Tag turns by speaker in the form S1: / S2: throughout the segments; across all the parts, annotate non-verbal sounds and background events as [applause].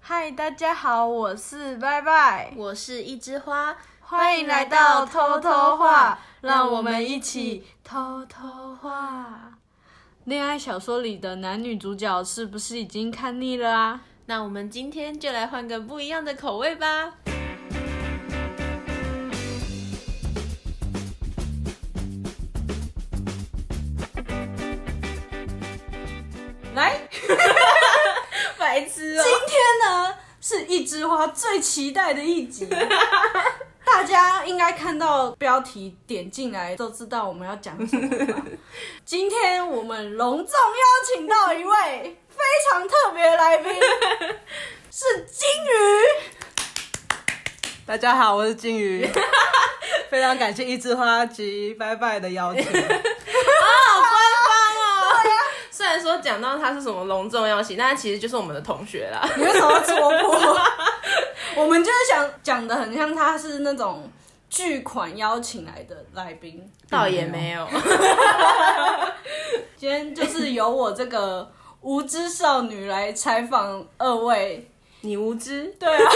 S1: 嗨，大家好，我是拜拜，
S2: 我是一枝花，
S1: 欢迎来到偷偷话，让我们一起偷偷话。恋爱小说里的男女主角是不是已经看腻了啊？
S2: 那我们今天就来换个不一样的口味吧。来， [laughs] 白痴 [laughs] 哦、
S1: 今天呢是一枝花最期待的一 [laughs] 集，大家应该看到标题点进来都知道我们要讲什么 [laughs] 吧。今天我们隆重邀请到一位非常特别的来 [laughs] 宾，是金鱼。
S3: 大家好，我是金鱼，非常感谢一枝花及拜拜的邀请。
S2: 哦啊虽然说讲到他是什么隆重邀请，但他其实就是我们的同学啦。
S1: 你为什么要戳破？ [laughs] 我们就是想讲的很像他是那种巨款邀请来的来宾，
S2: 倒也嗯没有，
S1: 今天就是由我这个无知少女来采访二位。
S2: 你无知。
S1: 对啊，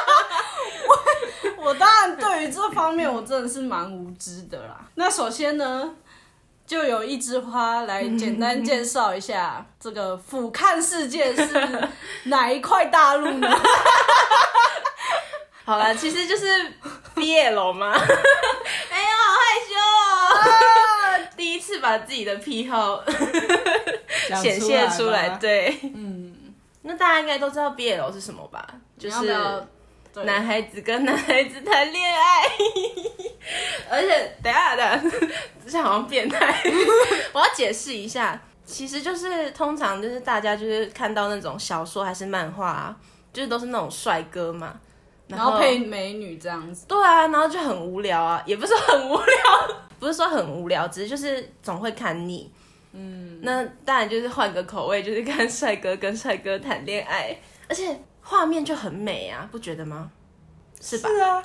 S1: [laughs] 我我当然对于这方面我真的是蛮无知的啦。那首先呢，就有一枝花来简单介绍一下这个俯瞰世界是哪一块大陆呢？
S2: 好啦，其实就是
S1: [laughs]
S2: BL 嘛。哎呀，好害
S1: 啊
S2: 羞哦！第一次把自己的癖好显现出来，
S3: 吧，
S2: 对，嗯。那大家应该都知道 BL 是什么吧？就
S1: 你要不
S2: 是
S1: 要对
S2: 男孩子跟男孩子谈
S1: [laughs]
S2: 恋爱，而且等一下等一下，这好像
S1: [laughs]
S2: 变态。我要解释一下，其实就是通常就是大家就是看到那种小说还是漫画、啊，就是都是那种帅哥嘛，然
S1: 然后配美女这样子。
S2: 对啊，然后就很无聊啊，也不是说很无聊， [laughs] 不是说很无聊，只是就是总会看腻。嗯，那当然就是换个口味，就是看帅哥跟帅哥谈恋爱，而且画面就很美啊，不觉得吗？是吧？
S1: 啊，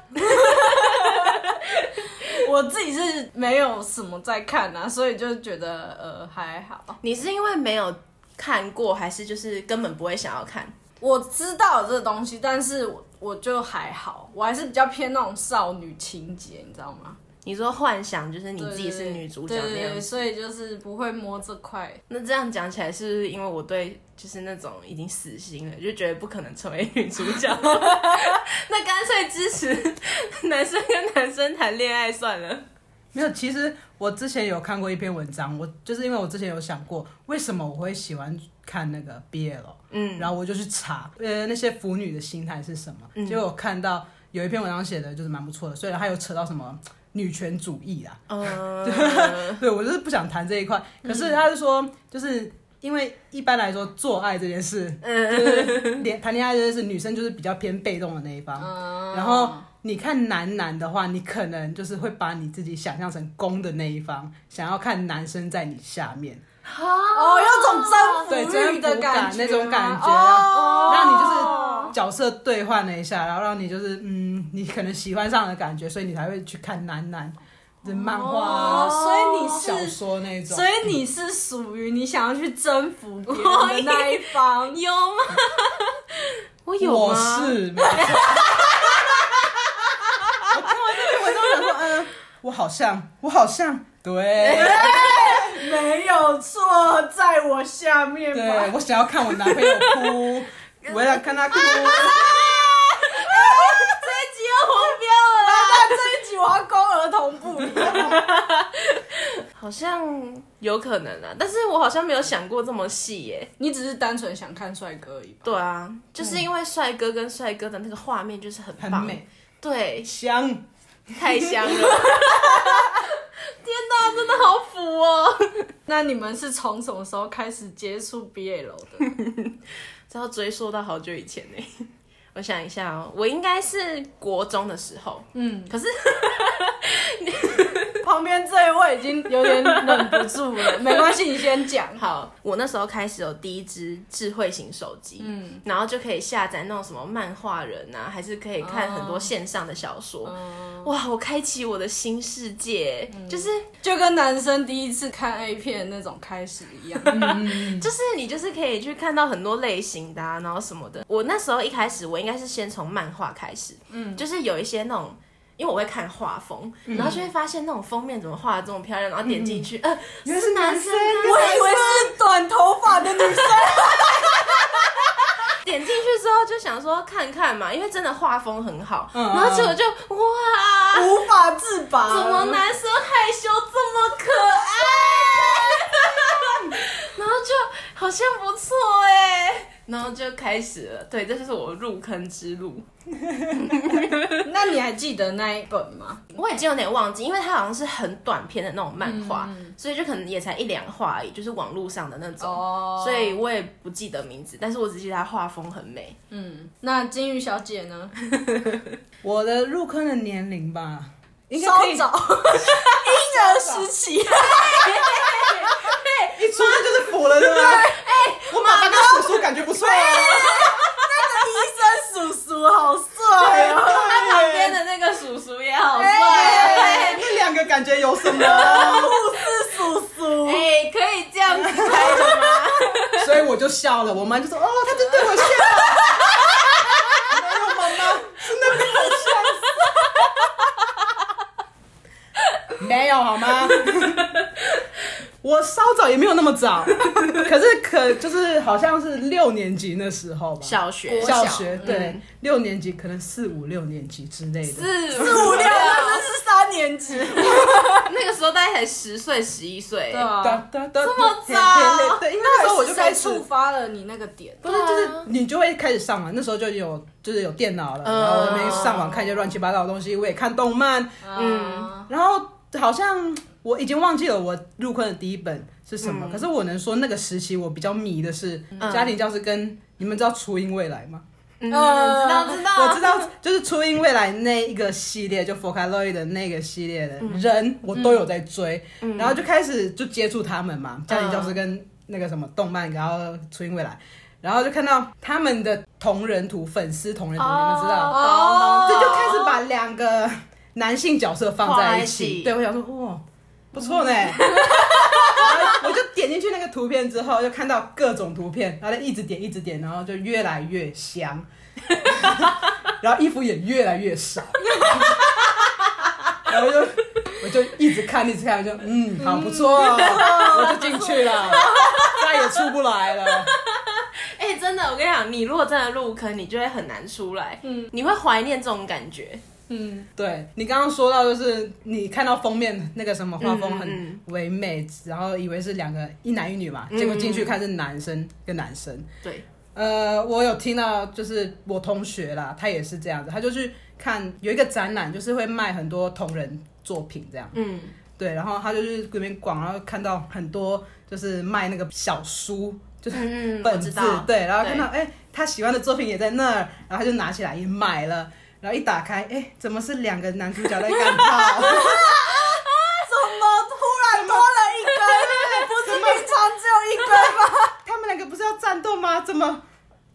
S1: 我自己是没有什么在看啊，所以就觉得呃还好。
S2: 你是因为没有看过，还是就是根本不会想要看？
S1: 我知道有这个东西，但是我我就还好，我还是比较偏那种少女情节，你知道吗？
S2: 你说幻想就是你自己是
S1: 对
S2: 女主角那
S1: 对对
S2: 样
S1: 对，
S2: 子。
S1: 所以就是不会摸这块。
S2: 那这样讲起来，是不是因为我对就是那种已经死心了，就觉得不可能成为女主角？ [laughs] 那干脆支持男生跟男生谈恋爱算了。
S3: 没有。其实我之前有看过一篇文章，我就是因为我之前有想过，为什么我会喜欢看那个 BL，
S2: 嗯，
S3: 然后我就去查，呃，那些腐女的心态是什么。结果我看到有一篇文章写的就是蛮不错的，虽然还有扯到什么女权主义啊，
S2: 呃，，
S3: [laughs] 对我就是不想谈这一块。可是他是说，就是因为一般来说做爱这件事，就是恋谈恋爱这件事，女生就是比较偏被动的那一方。
S1: 嗯，
S3: 然后你看男男的话，你可能就是会把你自己想象成攻的那一方，想要看男生在你下面，
S1: 哦，有
S3: 啊对
S1: 种征服
S3: 征
S1: 欲
S3: 服
S1: 的感
S3: 感
S1: 觉吗，啊
S3: 那种感觉啊
S1: 哦，
S3: 让你就是嗯角色兑换了一下，然后让你就是嗯，你可能喜欢上的感觉，所以你才会去看男男的漫画
S1: 哦，
S3: 啊、
S1: 所以你
S3: 小
S1: 是
S3: 说那种
S1: 所。以你是属于你想要去征服别人的那一方
S3: [laughs]
S2: 有吗？我有吗？
S3: 我是没有。我看完这篇文章，想说，嗯，我好像，我好像，对，
S1: 没有错，在我下面
S3: 对，。我想要看我男朋友哭，我也想
S1: [laughs]
S3: 看他哭。
S2: [laughs] 这一集又红标了啦，
S1: 那啊这一集我要勾儿童部，你知道
S2: [laughs]
S1: 吗
S2: 好像有可能啊，但是我好像没有想过这么细耶、
S1: 你只是单纯想看帅哥而
S2: [laughs]
S1: 已吧？
S2: 对啊，就是因为帅哥跟帅哥的那个画面就是很
S3: 很
S2: 棒，
S3: 美，
S2: 对，
S3: 香，
S2: 太香了！ [laughs] 天哪，真的好腐哦！
S1: [laughs] 那你们是从什么时候开始接触 BL 的？
S2: 这要追溯到好久以前呢。我想一下哦，我应该是国中的时候，
S1: 嗯，
S2: 可是
S1: 旁边这一位已经有点忍不住了，没关系，你先讲。
S2: 好，我那时候开始有第一支智慧型手机，嗯，然后就可以下载那种什么漫画人啊，还是可以看很多线上的小说。哇，我开启我的新世界，就是
S1: 就跟男生第一次看 A 片那种开始一
S2: [laughs]
S1: 样，
S2: 就是你就是可以去看到很多类型的、啊，然后什么的。我那时候一开始我应该是先从漫画开始，嗯，就是有一些那种。因为我会看画风，然后就会发现那种封面怎么画的这么漂亮，然后点进去，呃，
S3: 原来是男生
S2: 啊
S1: 我以为是短头发的女生，
S2: 点进去之后就想说看看嘛，因为真的画风很好，
S3: 嗯嗯
S2: 然后结果就哇，
S1: 无法自拔。
S2: 怎么男生害羞这么可爱？ [laughs] 然后就好像不错哎、然后就开始了，对，这就是我入坑之路。
S1: 那你还记得那一本吗？
S2: 我已经有点忘记，因为它好像是很短篇的那种漫画，
S3: 嗯
S2: 所以就可能也才一两话而已，就是网络上的那种。
S1: 哦
S2: 所以我也不记得名字，但是我只记得它画风很美。
S1: 那金鱼小姐呢？
S3: 我的入坑的年龄吧，应该
S1: 稍
S3: 可以
S1: 早，婴
S3: [laughs]
S1: 儿时期，
S3: 啊
S2: [laughs]
S3: 一出生就是腐了，对吧？哎，我马上跟叔叔感觉不错
S1: 医
S3: 啊。
S1: 生叔叔好
S3: 哎
S1: 帅哦。
S2: 他旁边的那个叔叔也好帅，哎、
S3: 哎那两个感觉有什么？
S1: 护士叔叔，
S2: 哎可以这样子拍的吗？
S3: 所以我就笑了，我妈就说：“哦，他真对我笑。”没有妈妈，真的对我笑死。 [laughs] 没有好吗？我稍早也没有那么早，可是可就是好像是六年级那时候吧，
S2: 小嗯学，
S1: 国
S3: 小
S1: 小
S3: 学对、六年级，可能四五六年级之类的。
S2: 四
S1: 四五
S3: 啊
S1: 六，那是三年级。
S2: 那个时候大概才十岁、十一岁，
S1: 啊，
S3: 哒哒哒，这
S2: 么早
S3: 对，因为那时候我就开始
S1: 触发了你那个点。
S3: 不是，就是你就会开始上网，那时候就有就是有电脑了，
S2: 嗯
S3: 然后那边上网看一些乱七八糟的东西，我也看动漫，
S1: 嗯，
S3: 然后好像我已经忘记了我入坑的第一本是什么，可是我能说那个时期我比较迷的是《家庭教师》跟你们知道《初音未来》吗？
S2: 嗯，
S1: 呃
S2: 知道知道，
S3: 我知道，就是《初音未来》那一个系列，就 f o c a l o i d 的那个系列的
S2: 嗯
S3: 人，我都有在追，然后就开始就接触他们嘛，家庭教师跟那个什么动漫，然后《初音未来》，然后就看到他们的同人图、粉丝同人图，你们知道，
S2: 哦
S3: 这
S2: 懂懂
S3: 就开始把两个男性角色放在一
S2: 画在一起
S3: 起，对我想说，哇，不错 [laughs] 呢。然后我就点进去那个图片之后，就看到各种图片，然后就一直点一直点，然后就越来越 [laughs] 香，然后衣服也越来越少， [laughs] 然后就我就一直看一直看，我就嗯好不错，我就进去了，再也出不来了。
S2: 哎、真的，我跟你讲，你如果真的入坑，你就会很难出来，嗯，你会怀念这种感觉，
S1: 嗯，
S3: 对你刚刚说到，就是你看到封面那个什么画风
S2: 嗯嗯
S3: 很唯美，然后以为是两个一男一女嘛，结果进去看是男生跟男生。
S2: 对，
S3: 呃，我有听到，就是我同学啦，他也是这样子，他就去看有一个展览，就是会卖很多同人作品这样。
S2: 嗯，
S3: 对，然后他就去那边逛，然后看到很多就是卖那个小书，就是
S2: 嗯嗯我
S3: 本
S2: 知
S3: 子，
S2: 道
S3: 对，然后看到
S2: 对 [laughs]
S3: 哎、他喜欢的作品也在那儿，然后他就拿起来也买了，然后一打开，哎、怎么是两个男主角在干炮？ [laughs]
S1: 怎么突然多了一根？不是平常只有一根吗？
S3: 他们两个不是要战斗吗？怎么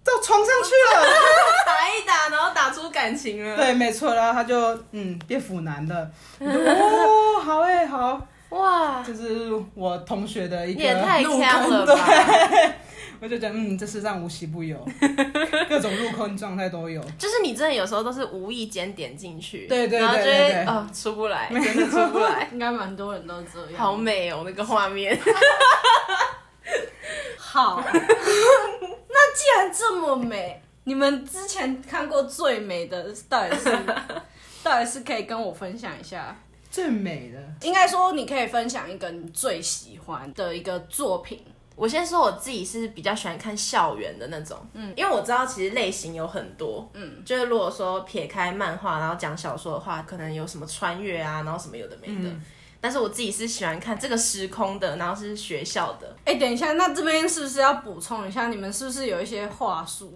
S3: 到床上去了？ [laughs]
S2: 打一打，然后打出感情了，，
S3: 对，没错，然后他就嗯变腐男了，我就哦，好哎、好，
S2: 哇，
S3: 就是我同学的一个
S2: 你也太
S3: 入
S2: 强了
S3: 坑，
S2: 吧
S3: 对，我就觉得嗯，这世上无奇不有，各种入坑状态都有。
S2: 就是你真的有时候都是无意间点进去，
S3: 对对
S2: 然后就
S3: 对
S2: 会
S3: 对对
S2: 哦出不
S3: [laughs]
S2: 来，真的出不来，
S1: 应该蛮多人都这样。
S2: [laughs] 好美哦那个画面， [laughs]
S1: [laughs] 好，那既然这么美，你们之前看过最美的到底是， [laughs] 到底是可以跟我分享一下？
S3: 最美的，
S1: 应该说你可以分享一个你最喜欢的一个作品。
S2: 我先说我自己是比较喜欢看校园的那种，嗯，因为我知道其实类型有很多，嗯，就是如果说撇开漫画，然后讲小说的话，可能有什么穿越啊，然后什么有的没的。
S3: 嗯
S2: 但是我自己是喜欢看这个时空的，然后是学校的，
S1: 哎、等一下，那这边是不是要补充一下？你们是不是有一些话术？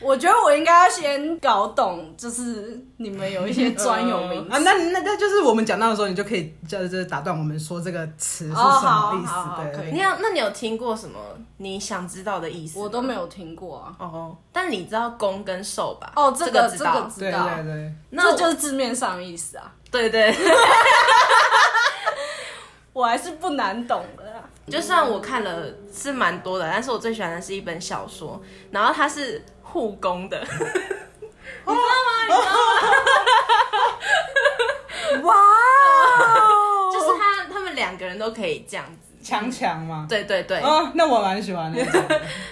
S1: 我觉得我应该要先搞懂，就是你们有一些 [laughs] 专有名词
S3: [laughs] 啊，那那那就是我们讲到的时候，你就可以就是打断我们说这个词是什
S1: 哦好
S3: 么意
S1: 好好
S3: 思。
S1: 可以
S3: 对，
S2: 你有那你有听过什么你想知道的意思吗？
S1: 我都没有听过啊。
S2: 哦，但你知道攻跟受吧？
S1: 哦，
S2: 这
S1: 这个
S2: 知
S1: 这
S2: 道
S1: 个，
S3: 对
S1: 知道，
S3: 对对，
S2: 那
S1: 那
S2: 我
S1: 就是字面上的意思啊。
S2: 对对，
S1: 我还是不难懂的啦。
S2: 就算我看了是蛮多的，但是我最喜欢的是一本小说，然后它是护工
S1: 哦
S2: 的，
S1: 哇哦，
S2: 就是他他们两个人都可以这样子。
S3: 强强嘛。
S2: 对对对，
S1: 哦
S3: 啊，那我蛮喜欢的。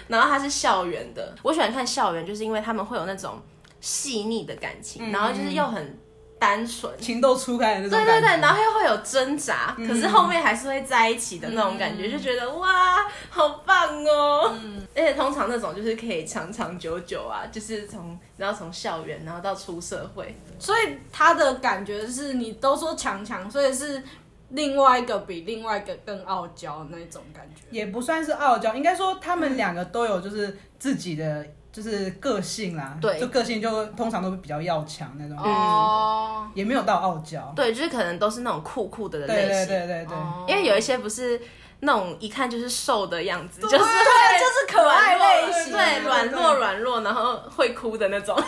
S2: 然后它是校园的，我喜欢看校园，就是因为他们会有那种细腻的感
S1: 嗯
S2: 情，然后就是又很单纯。
S3: 情窦初开的那种
S2: 对对
S3: 感觉嗯
S2: 对，然后又会有挣扎，可是后面还是会在一起的那种感觉，就觉得哇，好棒哦！
S3: 嗯
S2: 而且通常那种就是可以长长久久啊，就是从然后从校园，然后到出社会，
S1: 所以他的感觉是你都说强强，所以是另外一个比另外一个更傲娇的那种感觉。
S3: 也不算是傲娇，应该说他们两个都有就是自己的就是个性啦，
S2: 对
S3: 就个性就通常都比较要强那种，
S1: 哦，
S3: 也没有到傲娇。
S2: 对，就是可能都是那种酷酷的
S3: 对
S2: 类型，
S3: 对对对对，
S1: 哦
S2: 因为有一些不是那种一看就是瘦的样子，就是
S1: 对，就是可爱类型，
S2: 对，软弱
S3: 对
S2: 软弱，然后会哭的那种，
S3: 感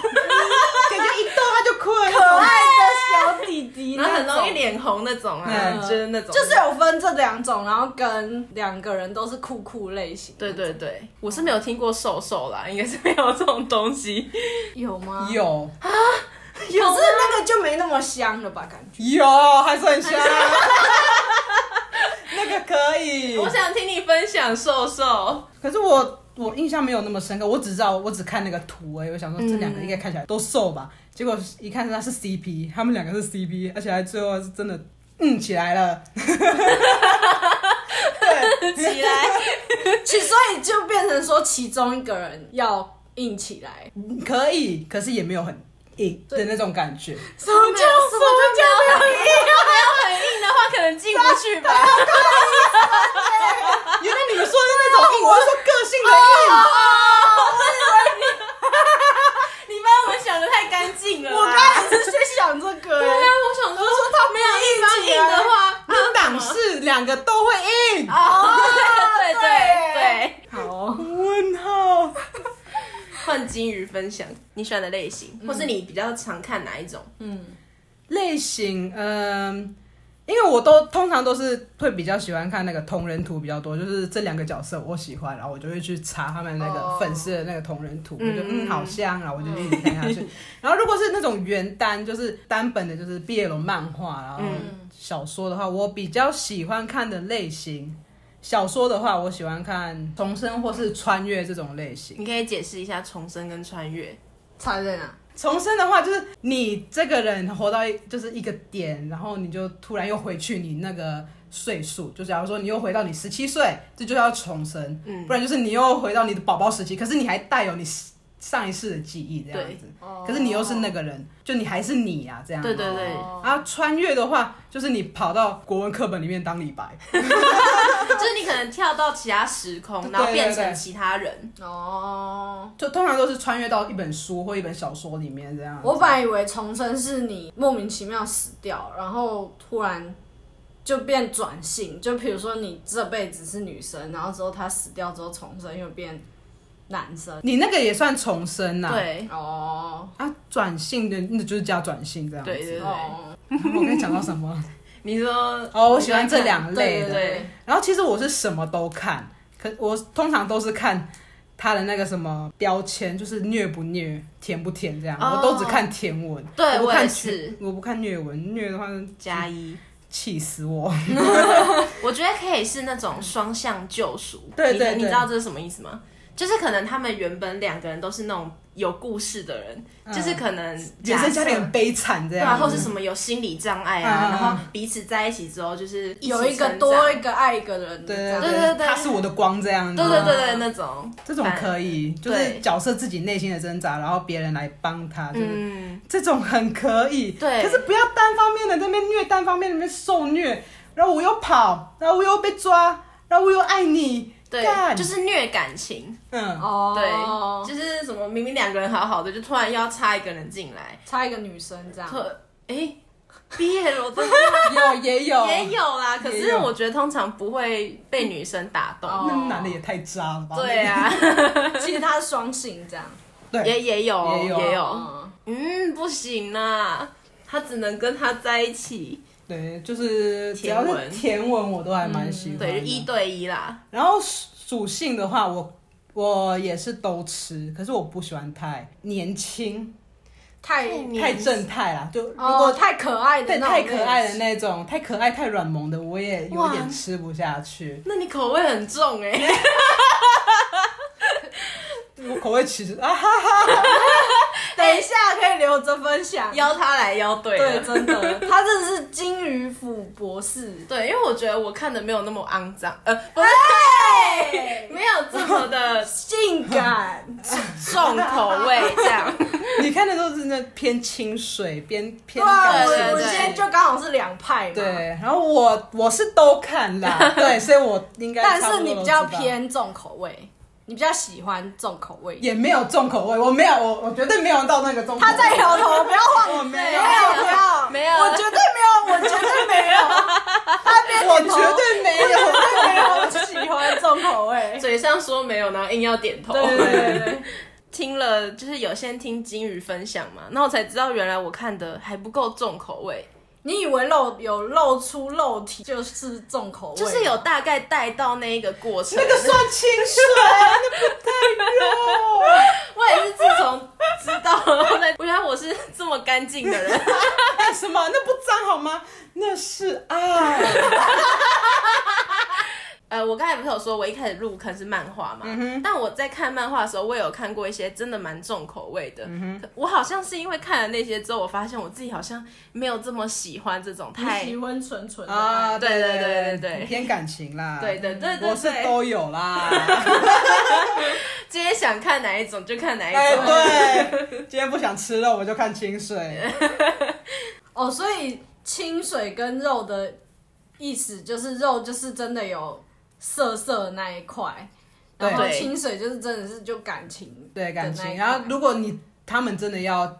S3: 觉一动他就哭了，
S1: 可爱的小弟弟
S2: 然
S1: 那
S2: 后
S1: 种，
S2: 很容易脸红那种啊，
S3: 嗯
S2: 就是那种，
S1: 就是有分这两种，然后跟两个人都是酷酷类型。
S2: 对对对，我是没有听过瘦瘦啦，应该是没有这种东西。
S1: 有啊吗？
S3: 有
S1: 有，可是那个就没那么香了吧？感 [laughs] 觉。
S3: 有还是很香，那个可以。
S2: [laughs] 我想听你分享瘦瘦，
S3: 可是我我印象没有那么深刻，我只知道我只看那个图而已，我想说这两个应该看起来都瘦吧，结果一看他是 CP，他们两个是 CP，而且还最后是真的嗯起来了，
S2: 起 [laughs] 来，
S1: 其所以就变成说，其中一个人要硬起来，
S3: 可以，可是也没有很硬的那种感觉，
S1: 什么叫什么叫
S2: 没有很硬的话，可能进不去 [laughs] 吧。
S3: 原来你们说的那种硬，我是说个性的硬。
S2: 你把我们想的太干净了啦。
S1: 我刚才也是在想这个、
S2: 对啊，
S1: 欸，
S2: 我想说，说他没有硬
S1: 起来
S2: 硬的话，
S3: 你党是两个都会硬，
S2: 哦， [laughs] 对对对对，
S1: 好、哦，
S3: 问号。
S2: 换金鱼分享你喜欢的类型，或是你比较常看哪一种？
S1: 嗯，
S3: 类型，嗯、因为我都通常都是会比较喜欢看那个同人图比较多，就是这两个角色我喜欢，然后我就会去查他们那
S1: 哦
S3: 个粉丝的那个同人图，
S2: 嗯
S3: 我就嗯好香，然后我就一直看下去。然后如果是那种原单，就是单本的，就是毕业龙漫画，然后小说的话，我比较喜欢看的类型。小说的话，我喜欢看重生或是穿越这种类型。
S2: 你可以解释一下重生跟穿越。
S1: 差在哪？
S3: 重生的话，就是你这个人活到一就是一个点，然后你就突然又回去你那个岁数，就假如说你又回到你十七岁，这就叫重生，
S2: 嗯
S3: 不然就是你又回到你的宝宝时期，可是你还带有你上一世的记忆这样子，
S1: 哦
S3: 可是你又是那个人，就你还是你啊这样。
S2: 对对对，
S1: 哦
S3: 啊，穿越的话，就是你跑到国文课本里面当李白，
S2: 就是你可能跳到其他时空，然后
S3: 对对
S2: 变成
S3: 对
S2: 其他人。
S1: 哦，
S3: 就通常都是穿越到一本书或一本小说里面这样子。
S1: 我本来以为重生是你莫名其妙死掉，然后突然就变转性，就比如说你这辈子是女生，然后之后她死掉之后重生又变男生。
S3: 你那个也算重生呐、
S2: 对
S1: 哦
S3: 啊，转性的那就是加转性这样子。
S2: 对对对，
S1: 哦，
S3: 我跟你讲到
S2: [laughs]
S3: 什么？
S2: 你说
S3: 哦，我喜欢这两类
S1: 对
S3: 的。
S1: 对对，
S3: 然后其实我是什么都看，可我通常都是看他的那个什么标签，就是虐不虐、甜不甜这样，
S2: 哦
S3: 我都只看甜文。
S2: 对
S3: 我不
S2: 我也
S3: 看
S2: 是
S3: 全，嗯我不看虐文，虐的话
S2: 加一，
S3: 气死我。
S2: 我觉得可以是那种双向救赎。
S3: 对
S2: 你
S3: 对
S2: 你
S3: 对
S2: 知道这是什么意思吗？就是可能他们原本两个人都是那种有故事的人， [laughs] 就是可能
S3: 人
S2: 假
S3: 生嗯家里
S2: 设
S3: 很悲惨这
S2: 对啊，
S3: 样
S2: 或
S3: 子。
S2: 是什么有心理障碍
S3: 嗯嗯
S2: 啊，
S3: 嗯
S2: 然后彼此在一起之后就是一起
S1: 有一个
S2: 成长
S1: 多一个爱一个人的
S3: 对
S1: 这
S3: 对
S1: 样，
S2: 对对对
S3: 他是我的光这样子。
S2: 对对对对那种
S3: 这种可以，就是
S2: 对
S3: 角色自己内心的挣扎，然后别人来帮他，就是
S2: 嗯，
S3: 这种很可以，
S2: 对
S3: 啊可是不要单方面的那边虐，单方面的那边受虐，然后我又跑，然后我又被抓，然后我又爱你，
S2: 对
S3: 干，
S2: 就是虐感情，
S3: 嗯，
S1: 哦，
S2: 对，就是什么明明两个人好好的，就突然要插一个人进来，
S1: 差一个女生这样。
S2: 可哎，毕业了的
S3: 有也
S1: 哦
S3: 有，
S2: 也有啦，可
S3: 也
S2: 是
S3: 有
S2: 我觉得通常不会被女生打动
S1: 哦。
S3: 那男的也太渣了
S2: [laughs]
S3: 吧？
S1: [laughs]
S2: 对啊，
S1: 其实他是双性这样。
S3: 对，
S2: 也也有
S3: 也有
S2: 也有，
S1: 嗯，
S2: 嗯，不行啊，他只能跟他在一起，
S3: 对，就是只
S2: 甜
S3: 要是
S2: 文
S3: 甜文，我都还蛮喜欢的。
S2: 嗯对，就一对一啦。
S3: 然后属属性的话，我我也是都吃，可是我不喜欢太年轻、
S1: 太
S2: 年
S3: 太正太啦。就如
S1: 哦
S3: 果
S1: 太可爱的
S3: 对
S1: 那种类
S3: 太
S1: 型，
S3: 可爱的那种，太可爱、太软萌的，我也有
S2: 哇
S3: 点吃不下去。
S2: 那你口味很重
S1: [laughs]
S2: 哎、
S3: 我口味其实啊哈哈，
S1: 等一下可以留着分享。
S2: 邀他来邀对
S1: 对，
S2: 了。
S1: 真的， [laughs] 他真的是金鱼腐博士。
S2: 对，因为我觉得我看的没有那么肮脏，
S1: 哎
S2: 呃，不是，
S1: 对，
S2: [laughs] 没有这么的
S1: 性感，
S2: 重口味这
S1: [laughs]
S2: 样。
S3: [laughs] 你看的都是那偏清水、偏
S1: 对
S3: 偏
S1: 啊，
S3: 感
S1: 我
S3: 性
S2: 对
S1: 我
S3: 的
S1: 今
S2: 对
S1: 天就刚好是两派嘛。
S3: 对，，然后我我是都
S1: [laughs]
S3: 看啦，对，所以我应该
S1: 但
S3: 差不
S1: 是
S3: 多
S1: 你
S3: 都
S1: 比
S3: 知
S1: 较
S3: 道
S1: 偏重口味，你比较喜欢重口味。
S3: 也没有重口味，我没有，我我绝对没有到那个重口味。
S1: 他在摇头，不要
S3: 我
S1: 晃，
S3: 没
S1: 没有
S3: 有
S1: 不要，
S2: 没有啊
S1: 我绝对没有，我绝对没有。他边
S3: 我
S1: 点头，
S3: 绝对没有，
S1: 我绝对没有我喜欢重口
S2: [laughs]
S1: 味。
S2: 嘴上说没有，然后硬要点头。
S1: 对对对，
S2: 听了就是有先听金鱼分享嘛，那我才知道原来我看的还不够重口味，
S1: 你以为露有露出肉体就是重口味，
S2: 就是有大概带到那一个过程。
S3: 那个算清水，那不太肉。
S2: [laughs] 我也是自从知道了， [laughs] 我原来我是这么干净的 [laughs] 人。
S3: 哎，什么？那不脏好吗？那是爱。
S2: 呃，我刚才不是有说，我一开始入坑是漫画嘛，但我在看漫画的时候，我也有看过一些真的蛮重口味的。可我好像是因为看了那些之后，我发现我自己好像没有这么喜欢这种
S1: 你
S2: 太
S1: 喜欢纯纯的爱
S3: 啊，
S2: 对对对对对
S3: 偏感情啦。
S2: 对对对对对，
S3: 我是都有啦。
S2: 今天想看哪一种就看哪一
S3: 哎，
S2: 种。
S3: 对，今天不想吃肉，我就看清水。
S1: 哦，所以清水跟肉的意思就是肉就是真的有色色的那一块，然后
S2: 对
S1: 清水就是真的是就感情
S3: 对
S1: [laughs]
S3: 感
S1: 的那
S3: 情。
S1: 一
S3: 然后
S1: 块
S3: 如果你他们真的要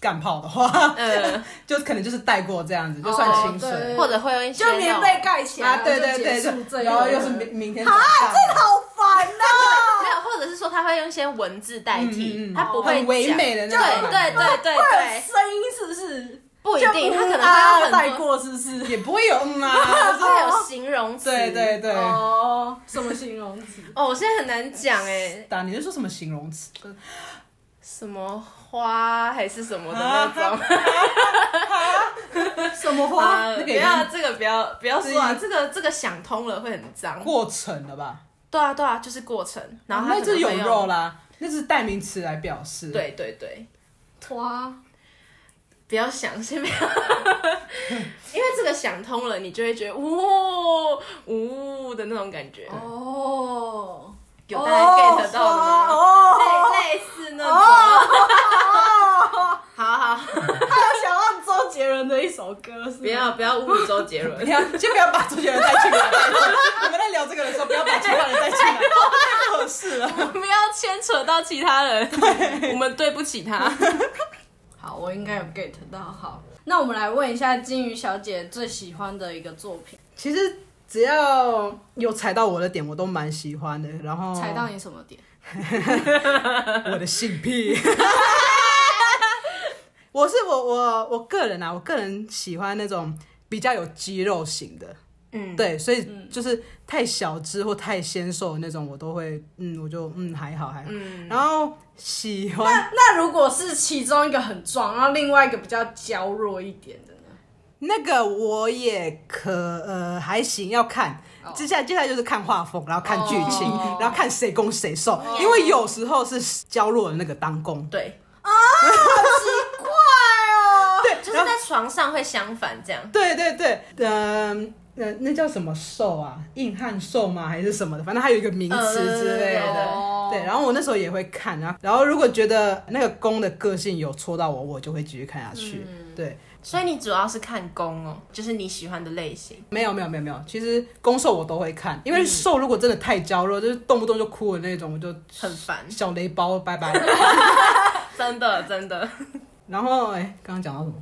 S3: 干炮的话，
S2: 呃，
S3: 就可能就是带过这样子，就算清
S1: 哦对
S3: 水。
S2: 或者会用一些
S1: 就棉被盖起来
S3: 啊，对对
S1: 然后就
S3: 对
S1: 结束这
S3: 对，
S1: 一
S3: 然后
S1: 轮
S3: 又是明明天
S1: 啊
S3: 早上，
S1: 这好烦啊呐、
S2: 没有，或者是说他会用一些文字代替，
S3: 嗯嗯嗯
S2: 他不会
S3: 很唯
S2: 讲
S3: 美的
S2: 对
S3: 那种
S2: 对
S3: 感
S2: [laughs] 对对
S1: 会有
S2: 对，
S1: 声音是不是？
S2: 不一定，
S1: 就
S2: 他可能
S1: 啊
S2: 会有
S1: 带
S2: 很多，
S1: 过是不 [laughs] 是？
S3: 也不会有嗯啊，
S2: 他有形容词。
S3: 对对对。
S1: 哦，什么形容词？ [laughs]
S2: 哦，我现在很难讲哎，
S3: 打，你是说什么形容词？
S2: 什么花还是什么的那种。
S1: 什么
S2: [laughs]
S1: 花？
S2: 啊
S3: 啊那个
S2: 不
S3: 也
S2: 要
S3: 是
S2: 这个，不要不要说啊，
S3: 自
S2: 这个这个想通了会很脏。
S3: 过程了吧？
S2: 对啊对啊，就是过程，然后他
S3: 那
S2: 可能
S3: 这
S2: 会
S3: 有
S2: 用
S3: 肉。啦，那是代名词来表示。，
S2: 对对对，
S1: 花
S2: 不要想，先不要，因为这个想通了，你就会觉得呜呜的那种感觉，
S1: 哦，
S2: 有大家 get 到了
S1: 花
S2: 吗？
S1: 哦，
S2: 类类似那种，
S1: 哦，
S2: 好好，
S1: 他有想到周杰伦的一首歌是
S2: 不
S1: 吗？
S2: 要 [laughs] 不要侮辱周杰
S3: 不
S2: 伦，
S3: 要，先不要把周杰伦带进来。带进来我们在聊这个的时候，不要把其他人带进来，太合适了。
S2: 不要牵扯到其他人，我们 [laughs] 对不起他。
S1: 好，我应该有 get 到。好，那我们来问一下金鱼小姐最喜欢的一个作品，
S3: 其实只要有踩到我的点，我都蛮喜欢的。然后
S1: 踩到你什么点？
S3: 我的性癖。 [laughs] 我是我我我个人啊，我个人喜欢那种比较有肌肉型的，
S2: 嗯，
S3: 对，所以就是太小只或太纤瘦的那种，我都会，嗯，我就嗯还好还好。
S2: 嗯
S3: 然后喜欢
S1: 那那如果是其中一个很壮，然后另外一个比较娇弱一点的呢？
S3: 那个我也可呃还行，要看。接下来接下来就是看画风，然后看剧情
S1: 哦
S3: 然后看谁攻谁受因为有时候是娇弱的那个当攻，
S2: 对，
S1: 怪
S2: [laughs]
S1: 哦，
S3: 对，
S2: 就是
S3: 然后
S2: 在床上会相反这样。
S3: 对对对，嗯、呃，那叫什么兽啊？硬汉兽吗？还是什么的？反正它有一个名词之类的。
S1: 哦
S3: 对，然后我那时候也会啊
S1: 嗯
S3: 看，然后然后如果觉得那个公的个性有戳到我，我就会继续看下去。对，
S2: 所以你主要是看攻哦，就是你喜欢的类型。
S3: 没有没有没有没有，其实攻受我都会看，因
S1: 嗯
S3: 为受如果真的太娇弱，就是动不动就哭的那种，我就
S2: 很烦，
S3: 小雷包拜 [laughs] 拜。
S2: 真的真的。
S3: 然后哎，刚刚讲到什么？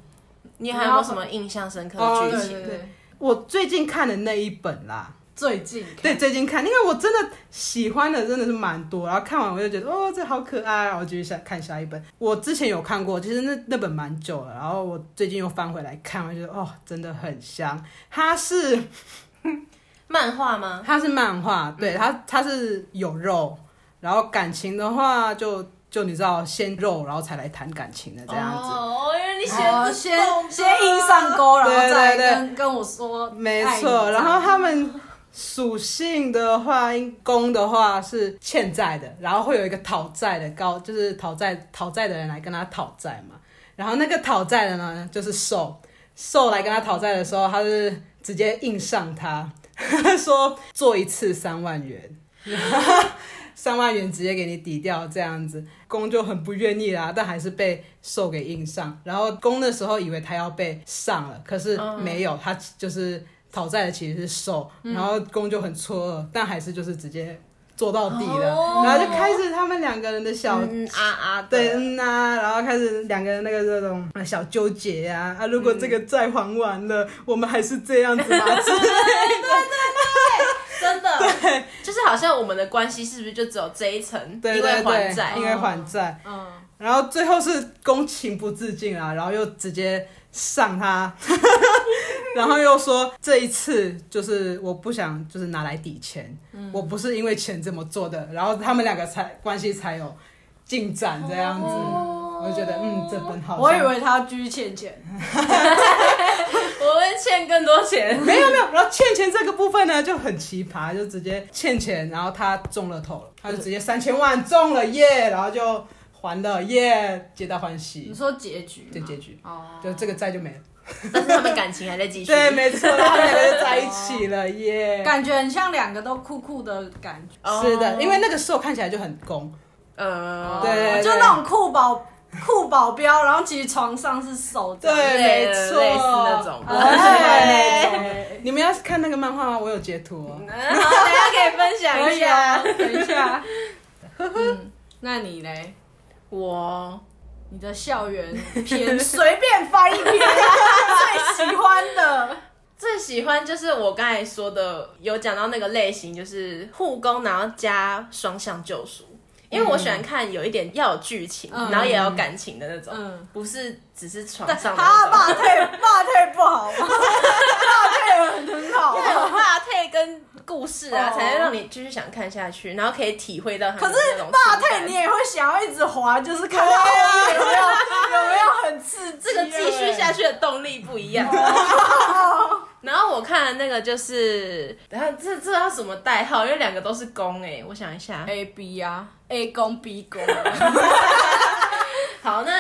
S2: 你还有没有什么印象深刻的剧
S1: 对
S2: 情？
S1: 对对，
S3: 我最近看的那一本啦，
S1: 最近看
S3: 对，最近看，因为我真的喜欢的真的是蛮多，然后看完我就觉得哦，这好可爱，然后继续下看下一本。我之前有看过，其实那那本蛮久了，然后我最近又翻回来看，我就觉得哦，真的很香。它是
S2: 漫画吗？
S3: 它是漫画，对它它是有肉，然后感情的话就就你知道先肉，然后才来谈感情的这样子。
S2: 哦，因为你
S1: 哦
S2: 选
S1: 先先硬上钩，然后
S3: 对对
S1: 再
S3: 对
S1: 跟跟我说爱你，
S3: 没错，然后他们属性的话，因攻的话是欠债的，然后会有一个讨债的高，就是讨债讨债的人来跟他讨债嘛。然后那个讨债的呢，就是受受来跟他讨债的时候，他是直接硬上他， [laughs] 说做一次三万元。 [laughs] 三万元直接给你抵掉，这样子，公就很不愿意啦，但还是被受给硬上。然后公那时候以为他要被上了，可是没
S2: 嗯
S3: 有，他就是讨债的其实是受，然后公就很错愕，但还是就是直接做到底了，
S2: 哦
S3: 然后就开始他们两个人的小。
S2: 嗯啊啊，
S3: 对，，嗯呐、然后开始两个人那个这种呃小纠结呀、啊，啊，如果这个
S2: 嗯
S3: 债还完了，我们还是这样子
S2: [laughs]
S3: 吗？之
S2: 真的，就是好像我们的关系是不是就只有这一层，
S3: 对
S2: 因为
S3: 对
S2: 还
S3: 对，
S2: 债哦
S3: 因，为还债，
S1: 嗯，
S3: 然后最后是宫情不自禁啊，然后又直接上他， [laughs] 然后又说这一次就是我不想就是拿来抵钱，
S2: 嗯
S3: 我不是因为钱这么做的，然后他们两个才关系才有进展这样子，
S2: 哦
S3: 我就觉得嗯这本好像，
S1: 我以为他要继续欠钱，
S2: 我会欠更多钱。
S3: [laughs] 没有没有，然后欠钱这个部分呢就很奇葩，就直接欠钱，然后他中了头了，他就直接三千万中了耶，然后就还了耶，皆大欢喜
S1: 你，说结局
S3: 这
S1: 吗？
S3: 结局
S1: 哦，
S3: 就这个债就没了。
S2: 但是他们感情还在继续。
S3: 对，没错，他们两个就在一
S1: [laughs]
S3: 起了耶。
S1: 感觉很像两个都酷酷的感觉，
S2: 哦
S3: 是的，因为那个时候看起来就很攻，
S2: 呃，
S1: 哦
S3: 对对对
S1: 就那种酷保酷保镖，然后其实床上是手这样，
S3: 对
S2: 类
S3: 没错
S2: 类似那种
S3: 我很喜欢那
S1: [laughs]
S3: 种
S1: 哎
S3: 你们要是看那个漫画吗？我有截图哦。
S2: 嗯好， [laughs] 大家可以分
S1: 可
S2: 享一
S1: 以啊，
S2: 下。
S1: 等一下，嗯，那你嘞？
S2: 我
S1: 你的校园篇随便翻一 [laughs] 篇，最喜欢的
S2: 最喜欢就是我刚才说的，有讲到那个类型，就是护工，然后加双向救赎。因为我喜欢看有一点要有剧情，
S1: 嗯
S2: 然后也有感情的那种，
S1: 嗯
S2: 不是只是床上的
S1: 他
S2: 那
S1: 霸
S2: 种。
S1: 退霸退不好 [laughs] 吗？霸退很好
S2: 要
S1: [laughs]
S2: 有
S1: 啊，
S2: 霸退跟故事啊，
S1: 哦
S2: 才能让你继续想看下去，然后可以体会到他
S1: 可
S2: 们
S1: 是
S2: 那种
S1: 霸
S2: 情
S1: 退
S2: 感
S1: 你也会想要一直滑，就是看到后哎面有 [laughs] 没有有没有很刺激？
S2: 这个继续下去的动力不一样。 [laughs] 然后我看的那个就是，然后这这要什么代号？因为两个都是公哎、我想一下。
S1: A B 啊，A 公 B 公，啊
S2: 好，那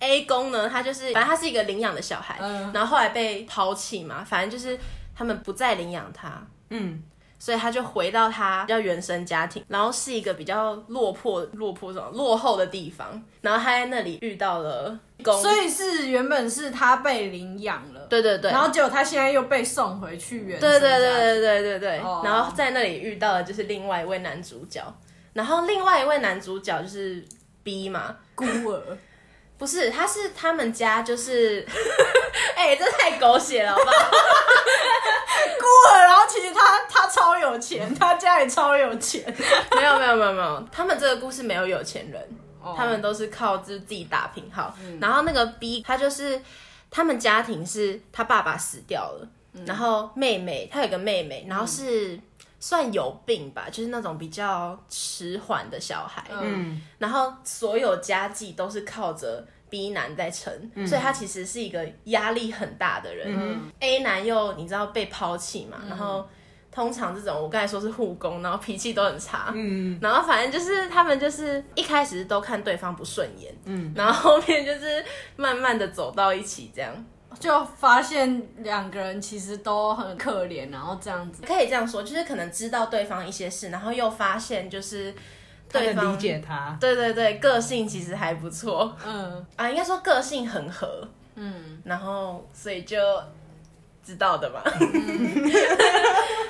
S2: A 公呢，他就是反正他是一个领养的小孩，
S1: 嗯
S2: 然后后来被抛弃嘛，反正就是他们不再领养他。
S3: 嗯，
S2: 所以他就回到他比较原生家庭，然后是一个比较落魄、落魄什么落后的地方，然后他在那里遇到了公，
S1: 所以是原本是他被领养了，
S2: 对对对，
S1: 然后结果他现在又被送回去原生
S2: 对对
S1: 家
S2: 对
S1: 庭
S2: 对对对对。
S1: 哦
S2: 然后在那里遇到的就是另外一位男主角，然后另外一位男主角就是 B 嘛，
S1: 孤儿，
S2: 不是，他是他们家就是， [laughs] 哎、这太狗血了，好不好？
S1: 孤儿，然后其实他他超有钱， [laughs] 他家里超有钱， [laughs]
S2: [laughs] 没有没有没有没有，他们这个故事没有有钱人，他们
S1: 都
S2: 都是靠就是自己打拼好。然后那个 B 他就是他们家庭是他爸爸死掉了，然后妹妹他有个妹妹，然后是。算有病吧，就是那种比较迟缓的小孩，
S1: 嗯
S2: 然后所有家计都是靠着 B 男在撑，所以他其实是一个压力很大的人。A 男又你知道被抛弃嘛，然后通常这种我刚才说是护工，然后脾气都很差，嗯，然后反正就是他们就是一开始都看对方不顺眼，嗯，然后后面就是慢慢的走到一起这样。
S1: 就发现两个人其实都很可怜，然后这样子，
S2: 可以这样说，就是可能知道对方一些事，然后又发现就是对
S3: 能
S2: 方
S3: 理解他。
S2: 对对对，个性其实还不错
S1: 嗯，
S2: 啊，应该说个性很合，嗯，然后所以就知道的嘛。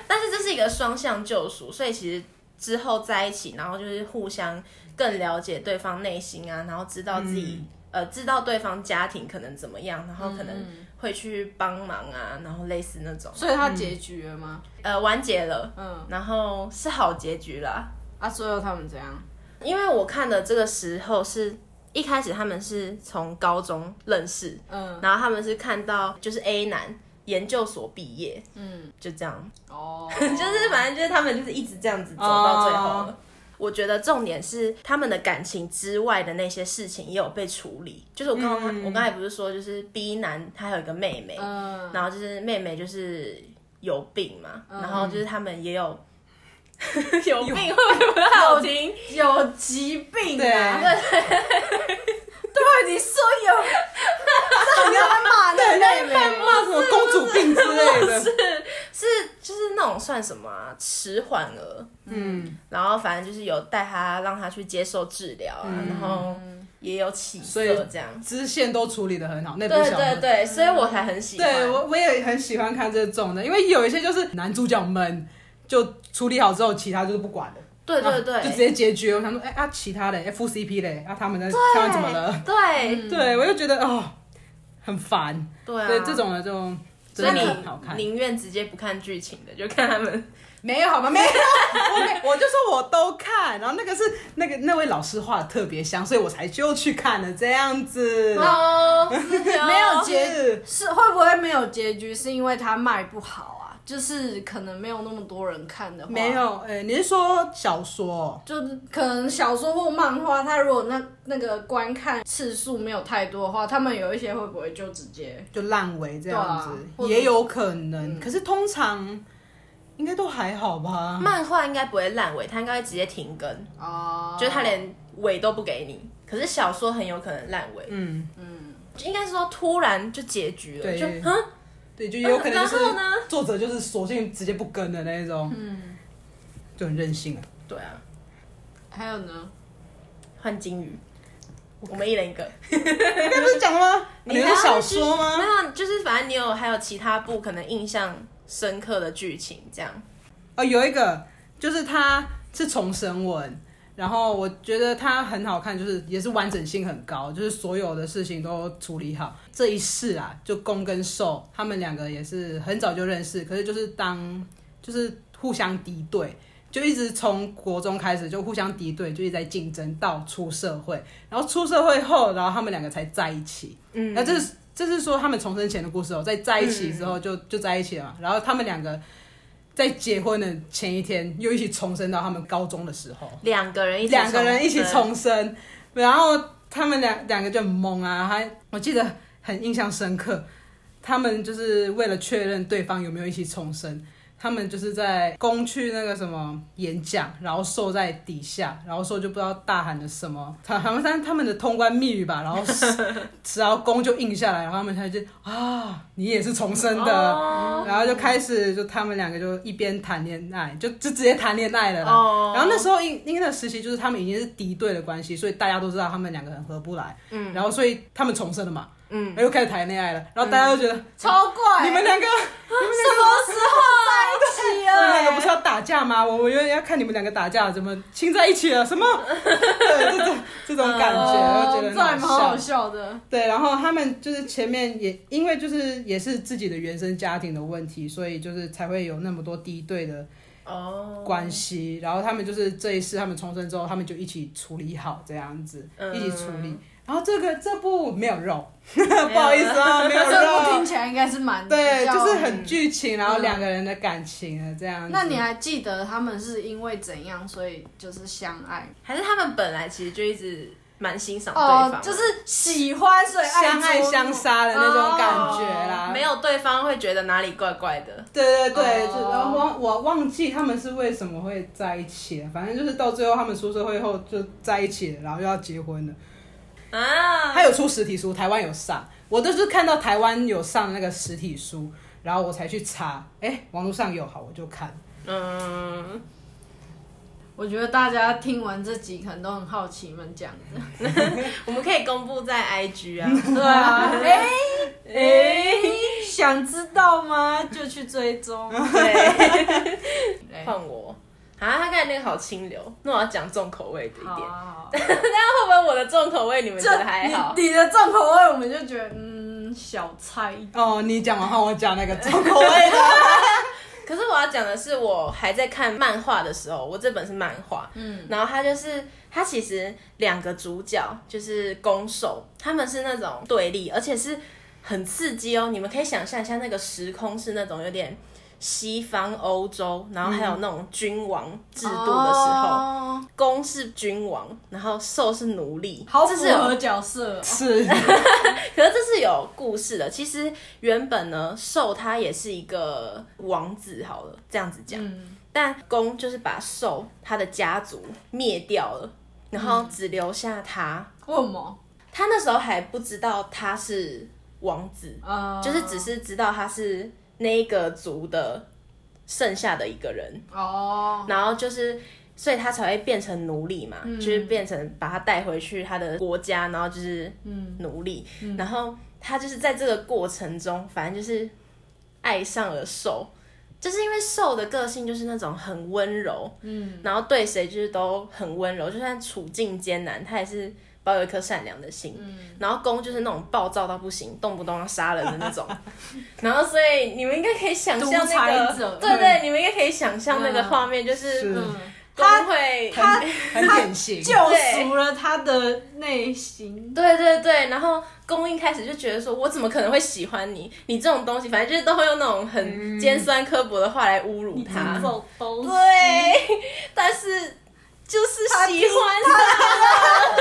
S2: 但是这是一个双向救赎，所以其实之后在一起，然后就是互相更了解对方内心啊，然后知道自己、
S1: 嗯
S2: 呃知道对方家庭可能怎么样，然后可能会去帮忙啊，然后类似那种，
S1: 嗯所以他结局了吗？
S2: 呃，完结了，
S1: 嗯，
S2: 然后是好结局啦。
S1: 啊，最后他们怎样？
S2: 因为我看的这个时候是一开始他们是从高中认识，
S1: 嗯，
S2: 然后他们是看到就是 A 男研究所毕业，嗯，就这样，
S1: 哦，
S2: 就是反正就是他们就是一直这样子走到最后了。
S1: 哦
S2: 我觉得重点是他们的感情之外的那些事情也有被处理。就是我刚刚、我刚才不是说，就是 B 男他有一个妹妹，
S1: 嗯，
S2: 然后就是妹妹就是有病嘛，然后就是他们也有有病会不会不好听？
S1: 有疾病
S3: 对
S1: 啊，对，你说有，你要来骂
S3: [laughs]
S1: 那个妹妹，
S3: 骂什么公主病之类
S2: [laughs]
S3: 的，
S2: 是就是那种算什么啊，迟缓儿，
S3: 嗯，
S2: 然后反正就是有带他让他去接受治疗啊，然后也有起色
S3: 嗯所以
S2: 这样。
S3: 支线都处理的很好，那部
S2: 对
S3: 小说
S2: 对对，所以我才很喜欢。
S3: 对我我也很喜欢看这种的，因为有一些就是男主角们就处理好之后，其他就是不管了，
S2: 对对
S3: 啊就直
S2: 对，
S3: 接解决。我想说，哎、啊，其他的 FCP 嘞，啊，他们在他们怎么了？
S2: 对
S3: 对我就觉得哦，很烦。
S2: 嗯对啊，
S3: 嗯对这种的就
S2: 所以
S3: 真的很好
S2: 你
S3: 看，
S2: 宁愿直接不看剧情的，就看他
S3: [laughs]
S2: 们。
S3: 没有好吗？没有，我没，我就说我都看。然后那个是那个那位老师画的特别香，所以我才就去看了这样子。
S2: 哦， [laughs] 没
S1: 没有
S2: 结。
S1: 结
S3: 是
S1: 是会不会没有结局？是因为它卖不好啊？就是可能没有那么多人看的话，
S3: 没有，哎、你是说小说？
S1: 就是可能小说或漫画，它如果那那个观看次数没有太多的话，他们有一些会不会就直接
S3: 就烂尾这样子，
S1: 对啊或者
S3: 也有可能。可是通常应该都还好吧？
S2: 漫画应该不会烂尾，它应该会直接停更，
S1: 哦，
S2: 就是它连尾都不给你。可是小说很有可能烂尾，
S3: 嗯，
S2: 就应该是说突然就结局了，
S3: 对
S2: 就哼，
S3: 对，就也有可能就是
S2: 然后呢
S3: 作者就是索性直接不跟的那一种，
S1: 嗯，
S3: 就很任性啊。
S2: 对啊，
S1: 还有呢，
S2: 换金鱼，我们一人一个。
S3: 刚才不是讲了吗？ [laughs] 你
S2: 还
S3: 是
S2: 要
S3: 小说吗
S2: 没？有，就是反正你有还有其他部可能印象深刻的剧情这样。
S3: 哦，有一个就是它是重生文，然后我觉得它很好看，就是也是完整性很高，就是所有的事情都处理好。这一世啊，就公跟受他们两个也是很早就认识，可是就是当就是互相敌对。就一直从国中开始就互相敌对，就一直在竞争，到出社会，然后出社会后，然后他们两个才在一起。
S2: 嗯
S3: 那这是这是说他们重生前的故事哦，在在一起之后就、就在一起了嘛。然后他们两个在结婚的前一天又一起重生到他们高中的时候，
S2: 两个人一起
S3: 两个人一起
S2: 对
S3: 重生，然后他们两两个就很懵啊，还我记得很印象深刻，他们就是为了确认对方有没有一起重生。他们就是在公去那个什么演讲，然后受在底下，然后受就不知道大喊了什么，他他们但他们的通关密语吧，然后然后公就应下来，然后他们才就啊，你也是重生的，
S2: 哦
S3: 然后就开始就他们两个就一边谈恋爱，就就直接谈恋爱了啦。
S2: 哦
S3: 然后那时候因因为那时期就是他们已经是敌对的关系，所以大家都知道他们两个很合不来。嗯，然后所以他们重生了嘛，
S2: 嗯，
S3: 又开始谈恋爱了。然后大家都觉得、啊
S1: 超怪，
S3: 你
S1: [laughs]
S3: 们两个，
S1: 什么时候在一起
S3: [laughs] 你们两个
S1: 了？
S3: 不是要打架吗？我我原来要看你们两个打架，怎么亲在一起了？什么？对，这种这种感觉，我就觉得
S1: 哦这还
S3: 很
S1: 蛮好
S3: 好笑。
S1: 笑的，
S3: 对，然后他们就是前面也因为就是也是自己的原生家庭的问题，所以就是才会有那么多敌对的
S2: 哦，
S3: 关系，然后他们就是这一世他们重生之后，他们就一起处理好这样子，
S2: 嗯
S3: 一起处理。然后这个这部没有肉，不好意思啊，没有
S1: [laughs] 这部听
S3: 肉。
S1: 起来应该是蛮
S3: 对，
S1: 比较嗯
S3: 就是很剧情，然后两个人的感情啊这样子。
S1: 那你还记得他们是因为怎样，所以就是相爱
S2: 还是他们本来其实就一直蛮欣赏对方
S1: 哦
S2: 的，，
S1: 就是喜欢所以爱哦
S3: 相爱
S1: 捉弄
S3: 相杀的那种感觉啦？
S2: 没有对方会觉得哪里怪怪的。
S3: 对对对，
S1: 哦
S3: 就然后忘我忘记他们是为什么会在一起了，反正就是到最后他们出社会后就在一起了，然后又要结婚了。
S2: 啊，
S3: 他有出实体书，台湾有上，我都是看到台湾有上那个实体书，然后我才去查，哎、网络上有，好我就看。
S2: 嗯，
S1: 我觉得大家听完这集可能都很好奇你们讲的，
S3: [laughs]
S2: 我们可以公布在 IG 啊。
S1: 对啊，哎、哎、想知道吗？就去追踪。
S3: [laughs]
S2: 对，
S1: 对
S2: 换我啊！他刚才那个好清流，那我要讲重口味的一
S1: 好
S2: 点。
S1: 啊好啊，
S2: 那会不会我的重口味你们觉
S1: 这
S2: 得还好？
S1: 你你的重口味，我们就觉得嗯小菜一碟。
S3: 哦，你讲完换我讲那
S2: [laughs]
S3: 个重口味的，
S2: 可是我要讲的是，我还在看漫画的时候，我这本是漫画，嗯，然后它就是它其实两个主角就是攻守，他们是那种对立，而且是很刺激哦。你们可以想象一下，那个时空是那种有点西方欧洲，然后还有那种君王制度的时候，
S1: 哦
S2: 攻、是君王，然后受是奴隶，
S1: 好
S2: 这
S1: 符
S2: 是有
S1: 合角色哦。
S3: 是
S2: 可是这是有故事的。其实原本呢，兽他也是一个王子，好了，这样子讲。
S1: 嗯
S2: 但公就是把兽他的家族灭掉了，然后只留下他。
S1: 为什么？
S2: 他那时候还不知道他是王子，
S1: 呃，
S2: 就是只是知道他是那一个族的剩下的一个人。
S1: 哦，
S2: 然后就是，所以他才会变成奴隶嘛，就是变成把他带回去他的国家，然后就是奴隶。然后他就是在这个过程中，反正就是爱上了兽，就是因为兽的个性就是那种很温柔，嗯，然后对谁就是都很温柔，就算处境艰难，他也是。保有一颗善良的心，
S1: 嗯
S2: 然后公就是那种暴躁到不行，动不动要杀人的
S1: [laughs]
S2: 那种，然后所以你们应该可以想象
S1: 独
S2: 那
S1: 裁
S2: 个
S1: 者，
S2: 对对，你们应该可以想象那个
S1: 嗯
S2: 画面，就是
S3: 是
S1: 嗯，
S2: 他会
S1: 他
S3: 很典型，
S1: 救赎了他的内心。
S2: 对对对，然后公一开始就觉得说，我怎么可能会喜欢你？你这种东西，反正就是都会用那种
S1: 嗯
S2: 很尖酸刻薄的话来侮辱他。
S1: 走都
S2: 对， [laughs] 但是就是喜欢他。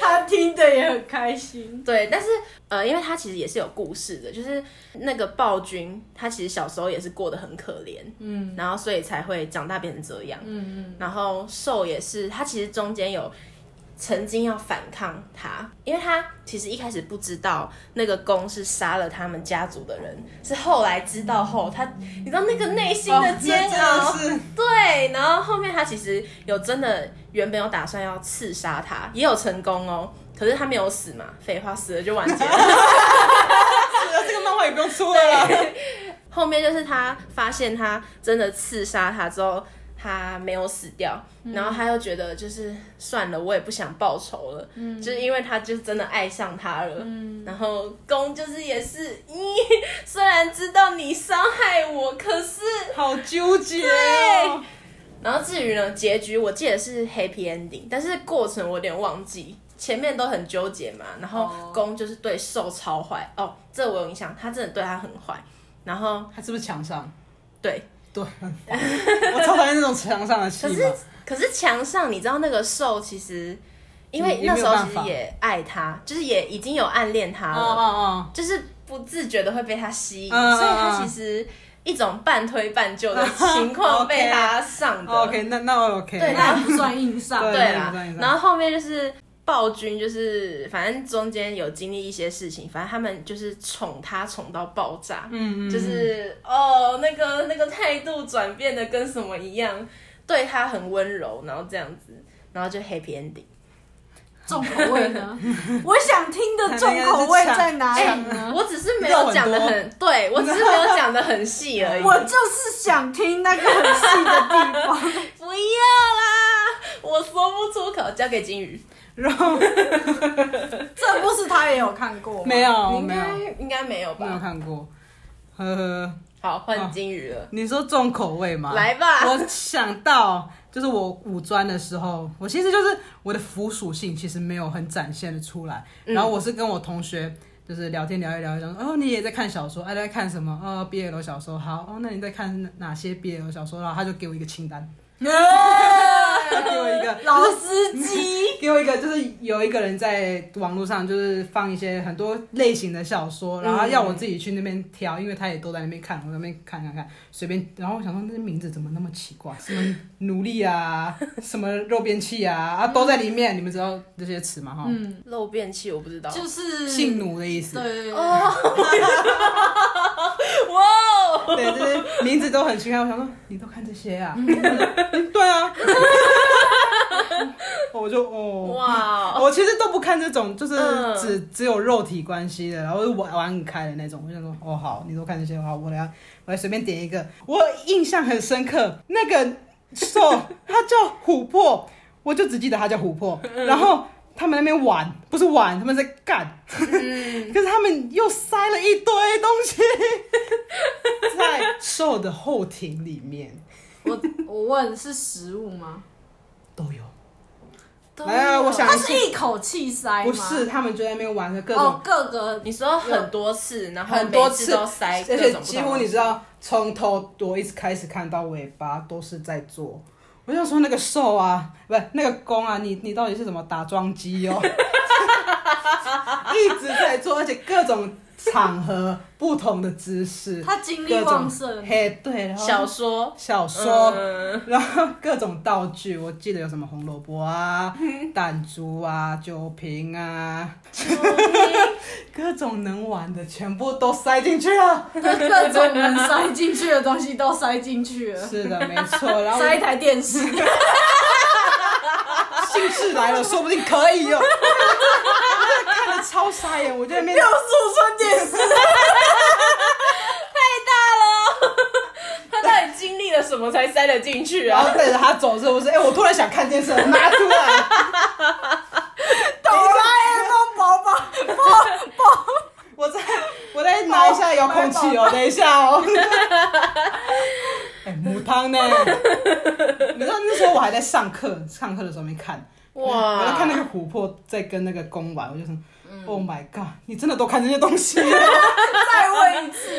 S1: 他听的也很开心。
S2: 对，但是呃，因为他其实也是有故事的，就是那个暴君，他其实小时候也是过得很可怜，
S1: 嗯
S2: 然后所以才会长大变成这样。
S1: 嗯
S2: 然后兽也是，他其实中间有呃曾经要反抗他，因为他其实一开始不知道那个公是杀了他们家族的人，是后来知道后，他你知道那个内心的煎熬，
S3: 哦那真的是
S2: 对，然后后面他其实有真的原本有打算要刺杀他，也有成功哦。可是他没有死嘛，废话，死了就完结了。 [laughs]
S3: 是啊这个漫画也不用出了啦，
S2: 后面就是他发现他真的刺杀他之后，他没有死掉，然后他又觉得就是算了，我也不想报仇了，就是因为他就是真的爱上他了。然后公就是也是，咦，虽然知道你伤害我，可是
S3: 好纠结哦。
S2: 然后至于呢，结局我记得是 happy ending，但是过程我有点忘记，前面都很纠结嘛。然后
S1: 哦
S2: 公就是对受超坏哦，这我有印象，他真的对他很坏。然后
S3: 他是不是墙上？
S2: 对，
S3: 对，很烦我超讨厌那种墙上的
S2: 可
S3: 戏嘛。
S2: 是可是墙上，你知道那个兽其实，因为
S3: 也
S2: 那时候
S3: 也没有
S2: 其
S3: 办
S2: 实
S3: 法
S2: 也爱他，就是也已经有暗恋他
S3: 哦
S2: 了，
S3: 哦
S2: 就是不自觉的会被他吸引，
S3: 嗯嗯
S2: 所以他其实一种半推半就
S3: [laughs]
S2: 的情况
S3: OK
S2: 被他上的。
S3: 哦，OK，那那我 OK，
S2: 对
S1: 那也不算硬上。
S3: 对
S2: 对
S3: 那
S2: 啦
S3: 个那，个
S2: 然后后面就是暴君，就是反正中间有经历一些事情，反正他们就是宠他宠到爆炸，
S3: 嗯嗯，
S2: 就是哦那个那个态度转变的跟什么一样，对他很温柔，然后这样子，然后就 happy ending。
S1: 重口味
S3: [laughs]
S1: 呢？我想听的重口味在哪
S2: 哎、
S1: 里呢？
S2: 我只是没有讲的
S3: 肉
S2: 很，
S3: 啊很
S2: 对我只是没有讲的很细
S3: [laughs]
S2: 而已。
S1: 我就是想听那个很细的地方。 [laughs]
S2: 不要啦，我说不出口，交给金鱼。
S3: 然后
S1: 这部是他也有看过吗？
S3: 没有
S2: 应
S3: 哦没
S2: 该
S3: 有
S2: 应该没有
S3: 没有哦
S2: 吧？
S3: 看过，呵呵。
S2: 好，换金鱼了，
S3: 你说重口味吗？
S2: 来吧
S3: 我想到就是我五专的时候，我其实就是我的腐属性其实没有很展现的出来，
S2: 嗯
S3: 然后我是跟我同学。就是聊天聊一聊一聊，哦，你也在看小说，哎、在看什么？哦，BL 小说，好，哦，那你在看哪哪些 BL 小说？然后他就给我一个清单，啊他给我一个，
S1: [laughs] 老司
S3: [laughs]
S1: 机，
S3: 给我一个，就是有一个人在网络上就是放一些很多类型的小说，
S1: 嗯
S3: 然后要我自己去那边挑，因为他也都在那边看，我在那边看看看，随便。然后我想说，那名字怎么那么奇怪？什么奴隶啊，
S1: [laughs]
S3: 什么肉便器啊，啊都在里面。你们知道这些词吗？哈、
S1: 嗯，
S2: 漏变器我不知道。
S1: 就是
S3: 性奴的意思。
S1: 对
S2: 哦哇哦，
S3: 对，就是名字都很
S1: [laughs]
S3: 奇怪。我想说，你都看这些啊？嗯对啊。我就 [laughs] 哦，
S2: 哇哦，
S3: 我其实都不看这种，就是
S2: 嗯
S3: 只只有肉体关系的，然后就玩玩很开的那种。我就想说，哦好，你都看这些的话，我等下我来随便点一个。我印象很深刻，那个兽
S1: [laughs]
S3: 它叫琥珀，我就只记得它叫琥珀。
S1: 嗯
S3: 然后他们那边玩，不是玩，他们在干，
S1: 嗯
S3: [laughs] 可是他们又塞了一堆东
S1: [laughs]
S3: 西在兽的后庭里面，
S1: 我我问是食物吗？
S3: 都有。
S2: 都
S3: 来来来
S2: 有
S3: 我想
S1: 它是一口气塞吗？
S3: 不是，他们就在那边玩的各种
S1: 哦，各个
S2: 你说很多次，然后
S3: 很多
S2: 每
S3: 次
S2: 都塞
S3: 而
S2: 各
S3: 且
S2: 种不
S3: 几
S2: 同
S3: 乎
S2: 的
S3: 你知道，从头我一直开始看到尾巴都是在做。我就说那个兽啊，不是那个弓啊，你你到底是什么打桩机哦？ [laughs] 一直在做，而且各种场合、不同的姿势，
S1: 它精力
S3: 各种
S1: 旺盛 [laughs]
S3: 嘿，对，然后
S2: 小说，
S3: 小说，
S2: 嗯 [laughs]
S3: 然后各种道具，我记得有什么红萝卜啊、
S2: 嗯
S3: 弹珠啊、酒瓶啊，各种能玩的全部都塞进去了。
S1: 各种能塞进去的东西都塞进去了，
S3: 是的，没错。然后
S1: 塞一台电
S3: [laughs]
S1: 视，
S3: 兴致来了，说不定可以 [laughs] 哦。看的超傻眼，我在那边
S1: 速穿电视，
S2: 他到底经历了什么才塞得进去
S3: 然 [laughs]
S2: 啊？
S3: 后带着他走之后，我说：“哎、我突然想看电 [laughs] 视，拿出来。”哆啦 A 梦宝宝宝宝， [laughs] 我再我再拿一下遥控器哦，等一下哦。 [laughs] 哎、母汤呢？你知道那时候我还在上课，上课的时候没看，我在
S2: 哇，
S3: 看那个琥珀在跟那个公玩，我就说、o h my god，你真的都看这些东西、
S1: 再问一次，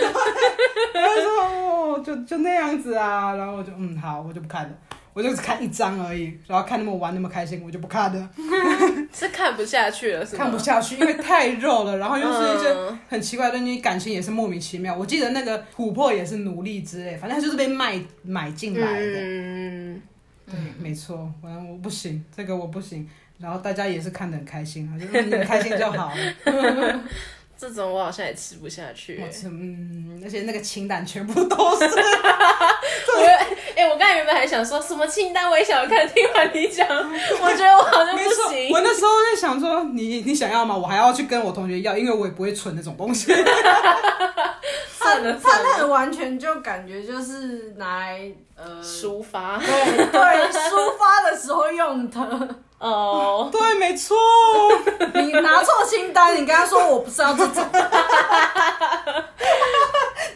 S3: 然后说哦，就就那样子啊，然后我就嗯好，我就不看了，我就只看一张而已，然后看他们玩那么开心，我就不看了，
S2: 是看不下去了，是吗？
S3: 看不下去，因为太肉了，然后又是一些
S2: 嗯
S3: 很奇怪的东西，感情也是莫名其妙。我记得那个琥珀也是奴隶之类，反正他就是被卖买进来的，
S2: 嗯，
S3: 对，没错，反正我不行，这个我不行。然后大家也是看得很开心啊，就嗯你们开心就好。
S2: [laughs] 这种我好像也吃不下去
S3: 我。吃嗯，而且那个清单全部都
S2: [laughs]
S3: 是，
S2: 我哎、我刚才原本还想说什么清单我也想看，听完你
S3: [laughs]
S2: 讲，我觉得我好像
S3: 没
S2: 不
S3: 错，
S2: 行
S3: 我。那时候在想说，你你想要吗？我还要去跟我同学要，因为我也不会存那
S2: [laughs]
S3: 种东西。
S1: 他
S2: 算了
S1: 他
S2: 算了，
S1: 那个完全就感觉就是拿来呃，
S2: 抒发
S1: 对对，抒发的时候用的。
S2: 哦，
S3: 对，没错。
S1: 你拿错清单，你跟他说我不是要这种，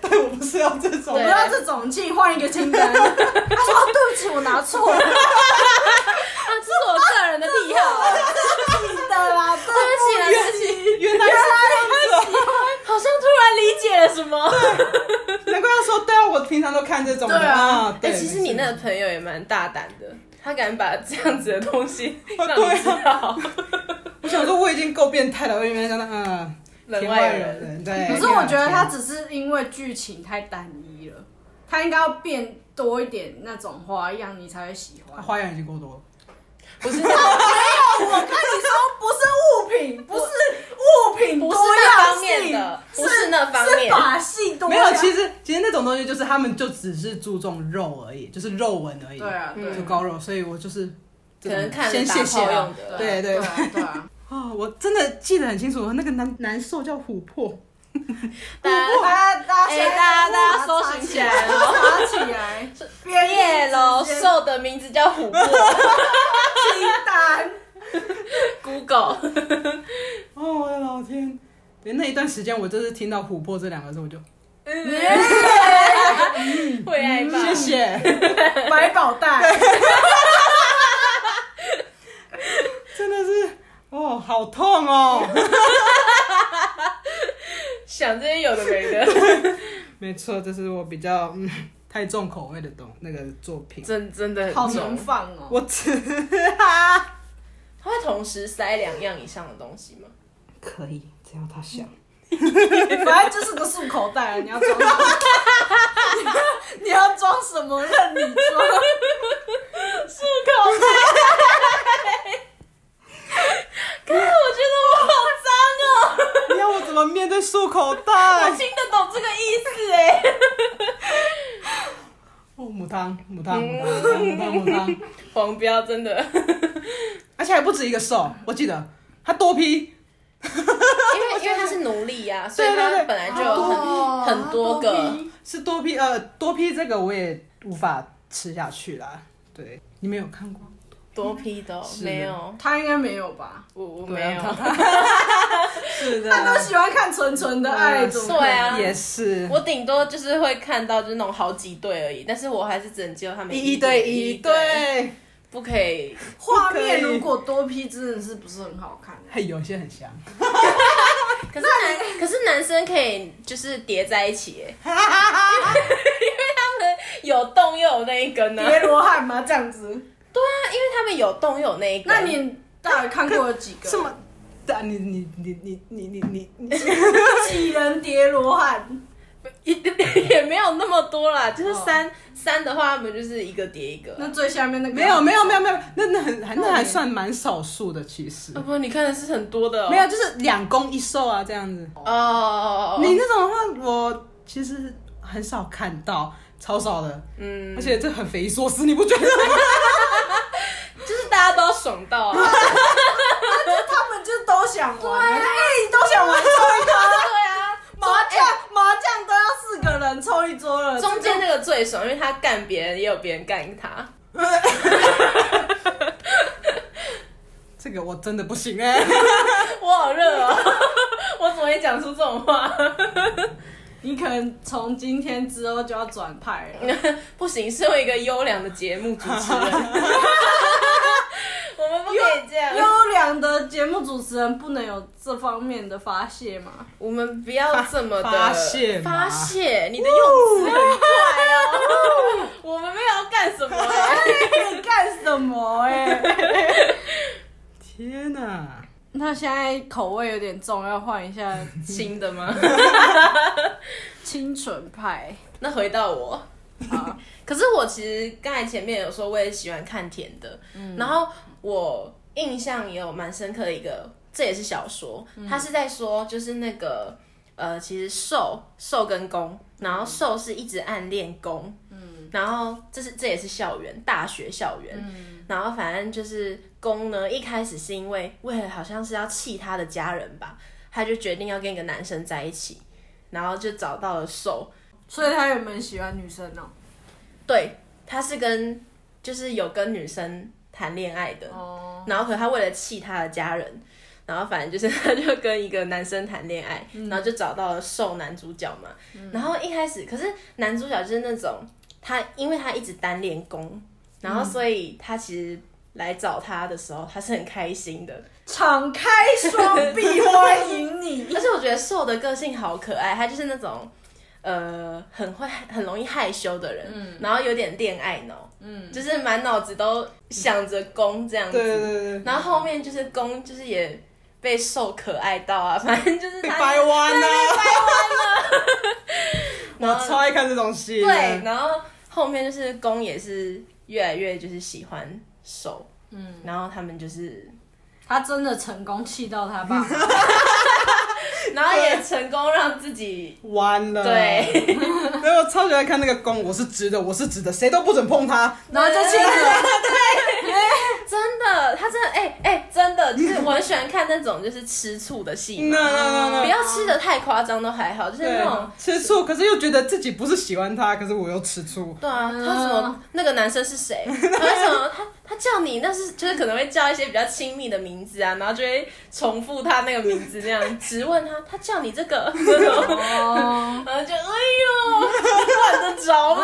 S3: 对我不是要这
S1: 我
S3: 种
S1: 不
S2: 对，
S1: 要这种，请你换一个清
S2: [laughs]
S1: 单。他说哦对不起，我拿错了，
S2: 啊，这是我个人的癖好，
S1: 你的啦，对
S2: 对不起啊，
S1: 不起。
S2: 对不起，
S3: 原来是这样子哦，
S2: 好像突然理解了什么。
S3: 难怪他说对啊，我平常都看这种的
S1: 对啊
S3: 对，
S2: 哎、其实你那个朋友也蛮大胆的，他敢把这样子的东西让你知道，
S3: 我想说我已经够变态了，我原来想到嗯，
S2: 人
S3: 天
S2: 外
S3: 外
S2: 人。
S3: 人，对。啊
S1: 可是我觉得他
S3: 天外
S1: 只是因为剧情太单一了，他应该要变多一点那种花样，你才会喜
S3: 人
S1: 欢。
S3: 花样已经够多了。
S2: 不是
S1: 没有，我跟你说，不是物品，不是物品
S2: 不
S1: 多
S2: 是那
S1: 样
S2: 方面
S1: 性
S2: 的，不是那方
S1: 是
S2: 面。
S1: 把戏多
S3: 没有，
S1: 样
S3: 其实其实那种东西就是他们就只是注重肉而已，就是肉文而已，
S1: 对啊，对
S2: 嗯
S3: 就高肉，所以我就是这
S2: 可
S3: 种
S2: 能看
S3: 先
S2: 了打
S3: 谢谢
S2: 炮
S3: 啊
S2: 用的，
S3: 对
S1: 对
S3: 对
S1: 啊对啊，
S3: 啊、我真的记得很清楚，那个男男兽叫琥珀，
S2: 大家
S1: 哎大家大家
S2: 哎
S1: 先
S2: 大家大家
S1: 把它
S2: 搜
S1: 查
S2: 寻
S1: 起
S2: 起来
S1: 来，查起 [laughs] 来，
S2: 毕业喽，
S1: 直接
S2: 瘦的名字叫琥珀
S1: 清单。
S2: ，Google，
S3: 哦，我的老天！连那一段时间，我就是听到琥珀这两个字，我就
S2: 会爱吧？
S3: [laughs] 谢谢，
S1: 百宝袋，
S3: 真的是哦，好痛哦。 [laughs]
S2: 想这些有的没的，
S3: 没错，这是我比较嗯太重口味的东那个作品，
S2: 真真的
S1: 好
S2: 很
S1: 能
S2: 重。
S1: 放 [laughs] 哦！
S3: 我只 [laughs] 哈
S2: 他会同时塞两样以上的东西吗？
S3: 可以，只要他想。
S1: 反正就是个束口袋啊，你要装什么？你要装什么？任你装。
S2: 漱口袋。可是我觉得我好脏哦， [laughs]
S3: 你要我怎么面对漱口袋
S2: 我？听得懂这个意思哎。
S3: [laughs] 哦，母汤，母汤，母汤，母汤，母汤。
S2: 黄标真的，
S3: 而而且还不止一个兽，我记得他多批，
S2: 因为因为他是奴隶呀、所以
S3: 对对
S2: 他
S3: 对
S2: 本来就有很、
S1: 哦
S2: 很多个。
S3: 是多批，呃，多批这个我也无法吃下去啦。对，你们有看过？
S2: 多批的哦、
S3: 是的
S2: 没有，
S1: 他应该没有吧？
S2: 我我
S3: 对
S2: 没有。
S3: 是的，
S1: 他都喜欢看纯纯的爱，
S3: 嗯
S1: 怎么
S2: 对啊
S3: 也是。
S2: 我顶多就是会看到就是那种好几对而已，但是我还是拯救他们
S3: 一一
S2: 对
S3: 对一，
S2: 对，
S3: 对，
S2: 不可以。
S1: 画面如果多批真的是不是很好看、欸
S3: 嘿，有些很像，
S2: 可是男可是男生可以就是叠在一起 [laughs] 耶，因为因为他们有洞又有那一根呢、
S1: 叠罗汉吗？这样
S3: [laughs]
S1: 子？
S2: 对啊，因为他们有洞又有那一根。
S1: 那你大概看过有几个？
S3: 什么？但你你你你你你你你，
S1: 几人叠罗汉？
S2: 也也没有那么多啦，就是三、三的话，他们就是一个叠一个。
S1: 那最下面那个
S3: 没有没有没有没有，那那很那还
S1: 那
S3: 算蛮少数的，其实
S2: 啊不，你看的是很多的、哦。
S3: 没有，就是两公一兽啊这样子。
S2: 哦哦哦
S3: 你
S2: 哦，
S3: 那种的话，我其实很少看到，超少的，
S2: 嗯，
S3: 而且这很匪夷所思，你不觉得吗？
S2: 就是大家都要爽到啊。 [laughs]
S1: 他们就都想玩，哎、都想玩抽一
S2: [laughs] 对
S1: 颗
S2: 啊，
S1: 麻将，麻将都要四个人抽一桌了，
S2: 中间那个最爽，因为他干别人也有别人干他。
S3: 这个我真的不行哎、
S2: 我好热哦， [laughs] 我怎么会讲出这种话？
S1: 你可能从今天之后就要转派了。
S2: [laughs] 不行，身为一个优良的节目主持人， [laughs] 我们不可以这样。
S1: 优良的节目主持人不能有这方面的发泄吗？
S2: 我们不要这么的
S3: 发发泄嘛
S2: 发泄，你的
S3: 哦
S2: 用词很怪哦。 [laughs] 我们没有要干什么、啊
S1: 你干什么、哎，
S3: 天哪、
S1: 那现在口味有点重，要换一下
S2: 新
S1: [laughs]
S2: 的吗？
S1: 清纯派
S2: 那回到我，
S1: 啊。
S2: [laughs] 可是我其实刚才前面有说，我也喜欢看甜的，然后我印象也有蛮深刻的一个，这也是小说，它是在说就是那个呃，其实寿寿跟公，然后寿是一直暗恋公，嗯，然后这是这也是校园大学校园，然后反正就是公呢，一开始是因为为了好像是要气他的家人吧，他就决定要跟一个男生在一起，然后就找到了寿，
S1: 所以他原本喜欢女生哦、
S2: 对，他是跟就是有跟女生谈恋爱的，
S1: 哦，
S2: 然后可他为了气他的家人，然后反正就是 [laughs] 他就跟一个男生谈恋爱，然后就找到了瘦男主角嘛。然后一开始，可是男主角就是那种他，因为他一直单恋攻，然后所以他其实来找他的时候，他是很开心的。
S1: 敞开双臂欢迎你。
S2: 而且我觉得瘦的个性好可爱，他就是那种呃很会很容易害羞的人，然后有点恋爱脑，嗯，就是满脑子都想着攻这样子。
S3: 对对对对，
S2: 然后后面就是攻，就是也被瘦可爱到啊， [laughs] 反正就是
S3: 被
S2: 他
S3: 掰弯啊，
S2: 然
S3: [laughs] 我
S2: 后
S3: 超爱看这种戏的。
S2: 对，然后后面就是攻也是越来越就是喜欢瘦，嗯，然后他们就是，
S1: [laughs] 他真的成功气到他爸妈，
S2: 然后也成功让自己
S3: 弯了，
S2: 对，
S3: 没有，我超喜欢看那个弓，我是直的，我是直的，谁都不准碰它。
S1: [laughs] 然后就气了。
S2: 真的，他真的，哎、哎、真的，就是我很喜欢看那种就是吃醋的戏
S3: 那
S2: 嘛，
S3: 那那
S2: 不
S3: 那，
S2: 要吃的太夸张都还好，就是那种
S3: 嗯对，。吃醋，可是又觉得自己不是喜欢它，可是我又吃醋。
S2: 对啊，他
S1: 嗯
S2: 什么那个男生是谁？为什么他他叫你？那是就是可能会叫一些比较亲密的名字啊，然后就会重复他那个名字那样，直问他，他叫你这个，这种
S1: 哦，
S2: 然后就哎呦， [laughs] 管得着吗？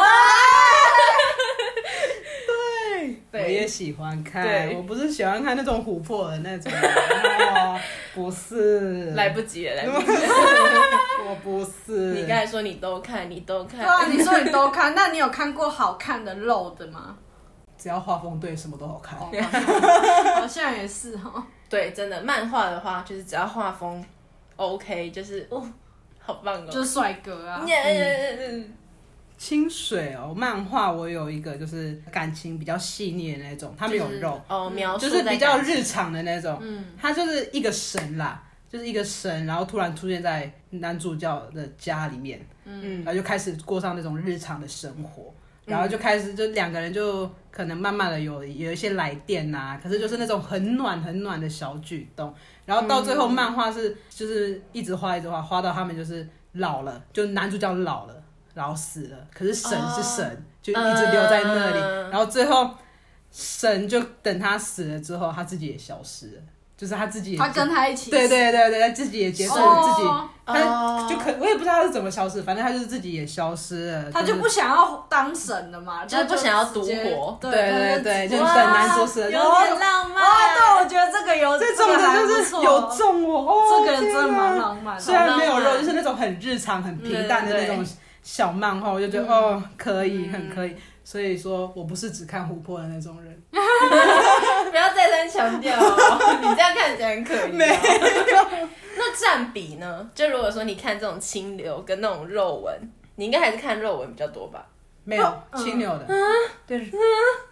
S3: 对，
S2: 对
S3: 我也喜欢看，
S2: 对
S3: 我不是喜欢看那种琥珀的那
S2: [laughs]
S3: 种，哦、不是，
S2: 来不及了，来不及了。
S3: [laughs] 我不是。
S2: 你刚才说你都看，你都看
S1: 对，啊，你说你都看，那你有看过好看的肉的 [laughs] 吗？
S3: 只要画风对，什么都好看。
S1: 哦好像也是哦。
S2: 对，真的漫画的话，就是只要画风 OK，就是哦，好棒
S1: 就
S2: 哦。
S1: 是帅哥啊，
S2: 嗯
S3: 清水哦，漫画我有一个就是感情比较细腻的那种，它没有肉，
S2: 哦，描述
S3: 嗯就是
S2: 在
S3: 比较
S2: 感
S3: 日常的那种。嗯，他就是一个神啦，就是一个神，然后突然出现在男主角的家里面，
S2: 嗯嗯
S3: 然后就开始过上那种日常的生活。然后就开始就两个人就可能慢慢的有有一些来电呐、可是就是那种很暖很暖的小举动，然后到最后漫画是就是一直画一直画，画到他们就是老了，就男主角老了，然后死了，可是神是神，就一直留在那里，
S2: 嗯
S3: 然后最后神就等他死了之后，他自己也消失了，就是他自己也
S1: 他跟他一起，
S3: 对对对对，他自己也结束了，自己
S1: 哦，
S3: 他就可我也不知道他是怎么消失，反正他就是自己也消失了，
S1: 他就不想要当神了嘛，
S2: 就是
S1: 他
S2: 不想要
S1: 直接
S2: 独活
S1: 对
S3: 对对对
S1: 就
S3: 就很难说是
S2: 有
S3: 哇
S2: 点浪漫。
S1: 哇，对，我觉得这个有
S3: 这种
S1: 个还
S3: 的
S1: 不
S3: 就是
S1: 错
S3: 有中我哦，
S1: 这个人真的蛮
S3: 天啊
S1: 浪漫的，嗯
S3: 虽然没有
S2: 好浪
S3: 肉，
S2: 漫
S3: 就是那种很日常、很平淡的
S2: 对
S3: 那
S2: 对
S3: 种小漫画，我就觉得哦，可以，很可以。所以说我不是只看琥珀的那种人，
S2: 不要再三强调哦，
S3: [laughs]
S2: 你这样看起来很可疑、哦。
S3: 没
S2: 那占比呢？就如果说你看这种清流跟那种肉文，你应该还是看肉文比较多吧？
S3: 没有
S1: 嗯
S3: 青柳的，对，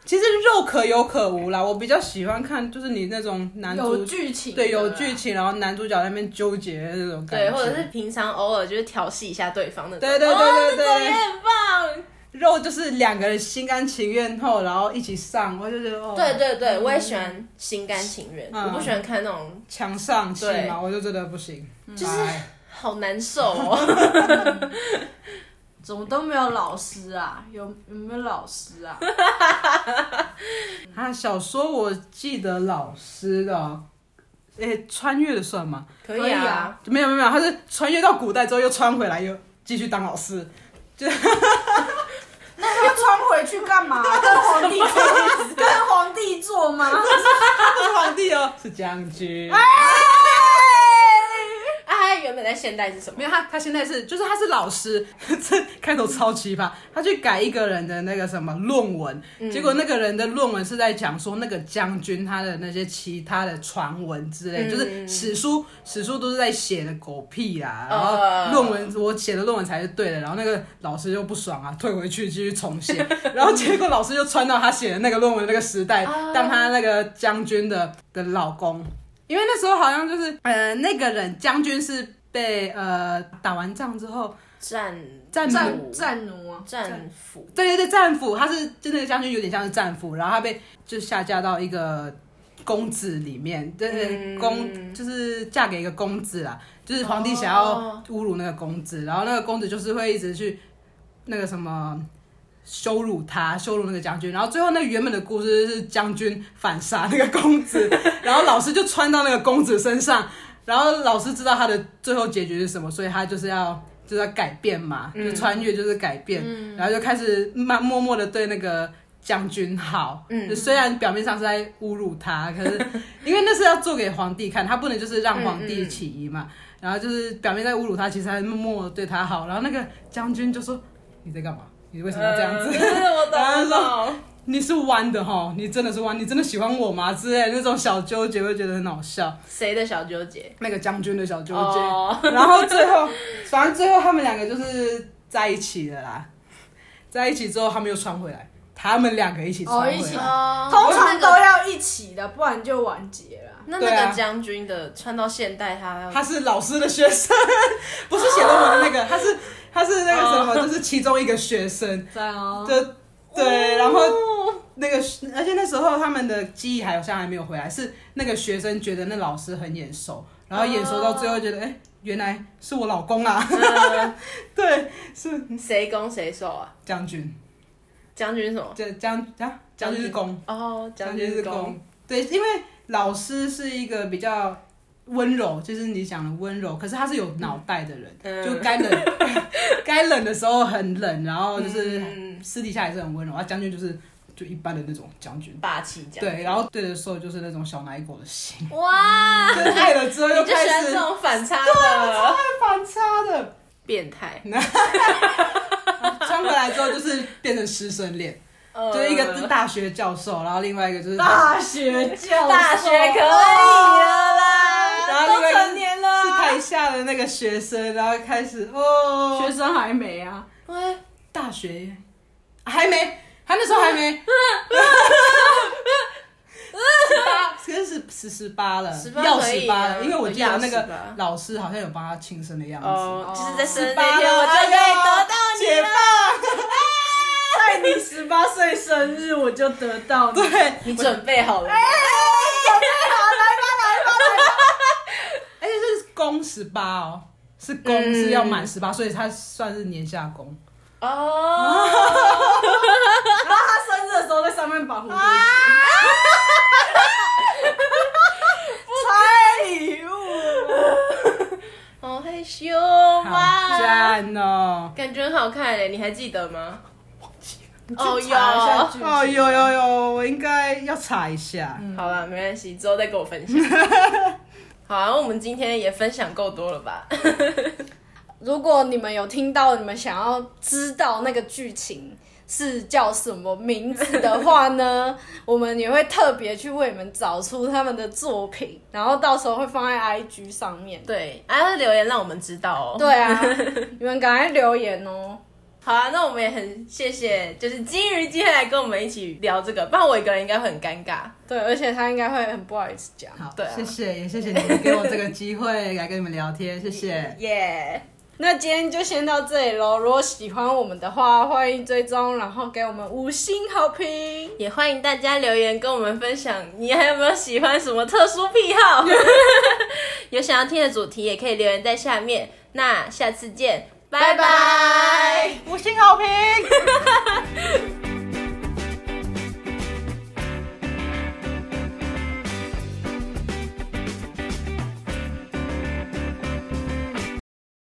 S3: 其实肉可有可无啦。我比较喜欢看就是你那种男
S1: 有
S3: 主
S1: 剧情的啦，
S3: 对有剧情，然后男主角在那边纠结的那种感
S2: 对，
S3: 觉，
S2: 或者是平常偶尔就是调戏一下对方的。
S3: 对对对对对
S2: 哦、这种也很棒。
S3: 肉就是两个人心甘情愿后，然后一起上，我就觉得哦，
S2: 对对对，我也喜欢心甘情愿，
S3: 嗯
S2: 我不喜欢看那种
S3: 强上戏
S2: 对
S3: 嘛，我就觉得不行，就是
S2: 好难受
S3: [laughs]
S2: 哦。
S1: 怎么都没有老师啊？有有没有老师啊？ [laughs]
S3: 啊，小说我记得老师的哦，诶，穿越的算吗？
S2: 可
S1: 可以
S2: 以
S1: 啊
S2: 啊，
S3: 没有没有没有，他是穿越到古代之后又穿回来，又继续当老师。
S1: 那他穿回去干嘛？跟皇帝做，跟皇帝做吗？
S3: 他是皇帝哦， [laughs] 是将军。
S2: [laughs] 啊，他原本在现代是什么
S3: 没？有他，他现在是就是他是老师， [laughs] 这开头超奇葩。他去改一个人的那个什么论文，结果那个人的论文是在讲说那个将军他的那些其他的传闻之类，就是史书史书都是在写的狗屁啦。然
S2: 呃
S3: 后论文我写的论文才是对的，然后那个老师就不爽啊，退回去继续重写，然后结果老师就穿到他写的那个论文那个时代，当他那个将军的的老公。因为那时候好像就是呃，那个人将军是被呃打完仗之后，
S2: 战
S3: 战
S1: 战战奴啊，
S2: 战俘，
S3: 对对对，战俘，他是就那个将军有点像是战俘，然后他被就下嫁到一个公子里面，就是
S2: 嗯
S3: 公、就是嫁给一个公子啦，就是皇帝想要
S2: 哦
S3: 侮辱那个公子，然后那个公子就是会一直去那个什么。羞辱他，羞辱那个将军，然后最后那个原本的故事是将军反杀那个公子， [laughs] 然后老师就穿到那个公子身上，然后老师知道他的最后结局是什么，所以他就是要就是要改变嘛，
S2: 嗯
S3: 就穿越就是改变，然后就开始慢默默的对那个将军好，
S2: 嗯
S3: 就虽然表面上是在侮辱他， [laughs] 可是因为那是要做给皇帝看，他不能就是让皇帝起疑
S2: 嗯
S3: 嘛，然后就是表面在侮辱他，其实还默默的对他好，然后那个将军就说你在干嘛？你为什么要这样子？
S2: 呃 [laughs] 我懂
S3: 然后
S2: 我
S3: 说
S2: 懂。
S3: [laughs] 你是弯的哈，你真的是弯，你真的喜欢我吗？之类的那种小纠结，会觉得很好笑。
S2: 谁的小纠结？
S3: 那个将军的小纠结。
S2: 哦，
S3: [laughs] 然后最后，反正最后他们两个就是在一起了啦。在一起之后，他们又穿回来，他们两个一起穿回
S1: 哦一起
S3: 来。
S1: 通
S2: 通
S1: 常都要一起的，不然就完结了。
S2: 那
S3: 对
S2: 那
S3: 啊
S2: 个将军的穿到现代，他要
S3: 他是老师的学生，不是写论文
S1: [laughs]
S3: 的那个，他是他是那个什么，
S2: 哦
S3: 就是其中一个学生。
S1: 赞哦，
S3: 就对，然
S2: [laughs]
S3: 后
S2: 哦
S3: 那个，而且那时候他们的记忆好像还没有回来，是那个学生觉得那老师很眼熟，然后眼熟到最后
S1: 哦
S3: 觉得，哎、原来是我老公啊！ [laughs] 对，是
S2: 嗯谁攻谁受啊？
S3: 将军，
S2: 将军是什么？
S3: 将将啊，将军是公，
S2: 哦，
S3: 将
S2: 军
S3: 军是
S2: 攻
S3: 公，对，因为老师是一个比较温柔，就是你讲的温柔，可是他是有脑袋的人，
S2: 嗯
S3: 就
S2: [laughs]
S3: 该冷该冷的时候很冷，然后就是
S2: 嗯
S3: 私底下也是很温柔，啊，将军就是就一般的那种将军。
S2: 霸气将军。
S3: 对，然后对的时候就是那种小奶狗
S2: [laughs]
S3: 的心，
S2: 哇，
S3: 就是爱了之后
S2: 你
S3: 又
S2: 就喜
S3: 开
S2: 欢
S3: 始
S2: 这种反差
S3: 太
S2: 的
S3: 反差的，
S2: 变态，
S3: 穿回来之后就是变成师生恋，
S2: 呃嗯
S3: 就是一个是大学教授，然后另外一个就是
S2: 啊
S1: 大学教
S2: 大学可以
S1: 以，
S2: 了啦，
S3: 然后
S2: 都
S3: 另外一个
S2: 成年了 [laughs]
S3: 是
S2: 啊，
S3: 台下的那个学生，然后开始哦，
S1: 学生还没啊，
S2: 喂
S3: 大学还没，他那时候还没，可是是十十八了，
S2: 18
S3: 要
S2: 可以
S3: 十八了，
S2: 啊
S3: 因为我记得
S2: 要18
S3: 那
S2: 哦
S3: 个老师好像有帮他庆生的样子。
S2: 哦，就是在生日
S3: 八
S2: 那
S3: 了
S2: 天我就可以
S3: 哎呦
S2: 得到你
S3: 解
S2: 了。
S3: 放，
S1: 太你十八岁生日我就得到你，
S3: 对，
S2: 你准备好了吗？
S3: 而且哎这是公十八哦，是公
S2: 嗯
S3: 是要满十八，所以他算是年下公。
S2: 哦，
S1: 然后他生日的时候在上面绑蝴蝶结，拆礼物，
S2: 好害羞
S3: 好
S2: 哇！
S3: 赞哦！
S2: 感觉很好看诶，你还记得吗？哦
S1: 去查一下剧情
S3: 哦，有有有，我应该要查一下。
S2: 好啦，没关系，之后再跟我分享。
S3: [laughs]
S2: 好啊，我们今天也分享够多了吧？
S1: 如果你们有听到，你们想要知道那个剧情是叫什么名字的话 [laughs] 呢，我们也会特别去为你们找出他们的作品，然后到时候会放在 IG 上面。
S2: 对，还要留言让我们知道哦。
S1: 对 [laughs] 啊，你们赶快留言哦。
S2: 好啊，那我们也很谢谢，就是金鱼今天来跟我们一起聊这个，不然我一个人应该会很尴尬。
S1: 对，而且他应该会很不好意思讲。
S3: 好
S2: 对啊，
S3: 谢谢，也谢谢你们给我这个机会来跟你们聊天，谢谢。
S2: 耶、
S1: 那今天就先到这里喽。如果喜欢我们的话，欢迎追踪，然后给我们五星好评。
S2: 也欢迎大家留言跟我们分享，你还有没有喜欢什么特殊癖好？有想要听的主题也可以留言在下面。那下次见，拜拜
S1: 拜拜
S3: 五星好评。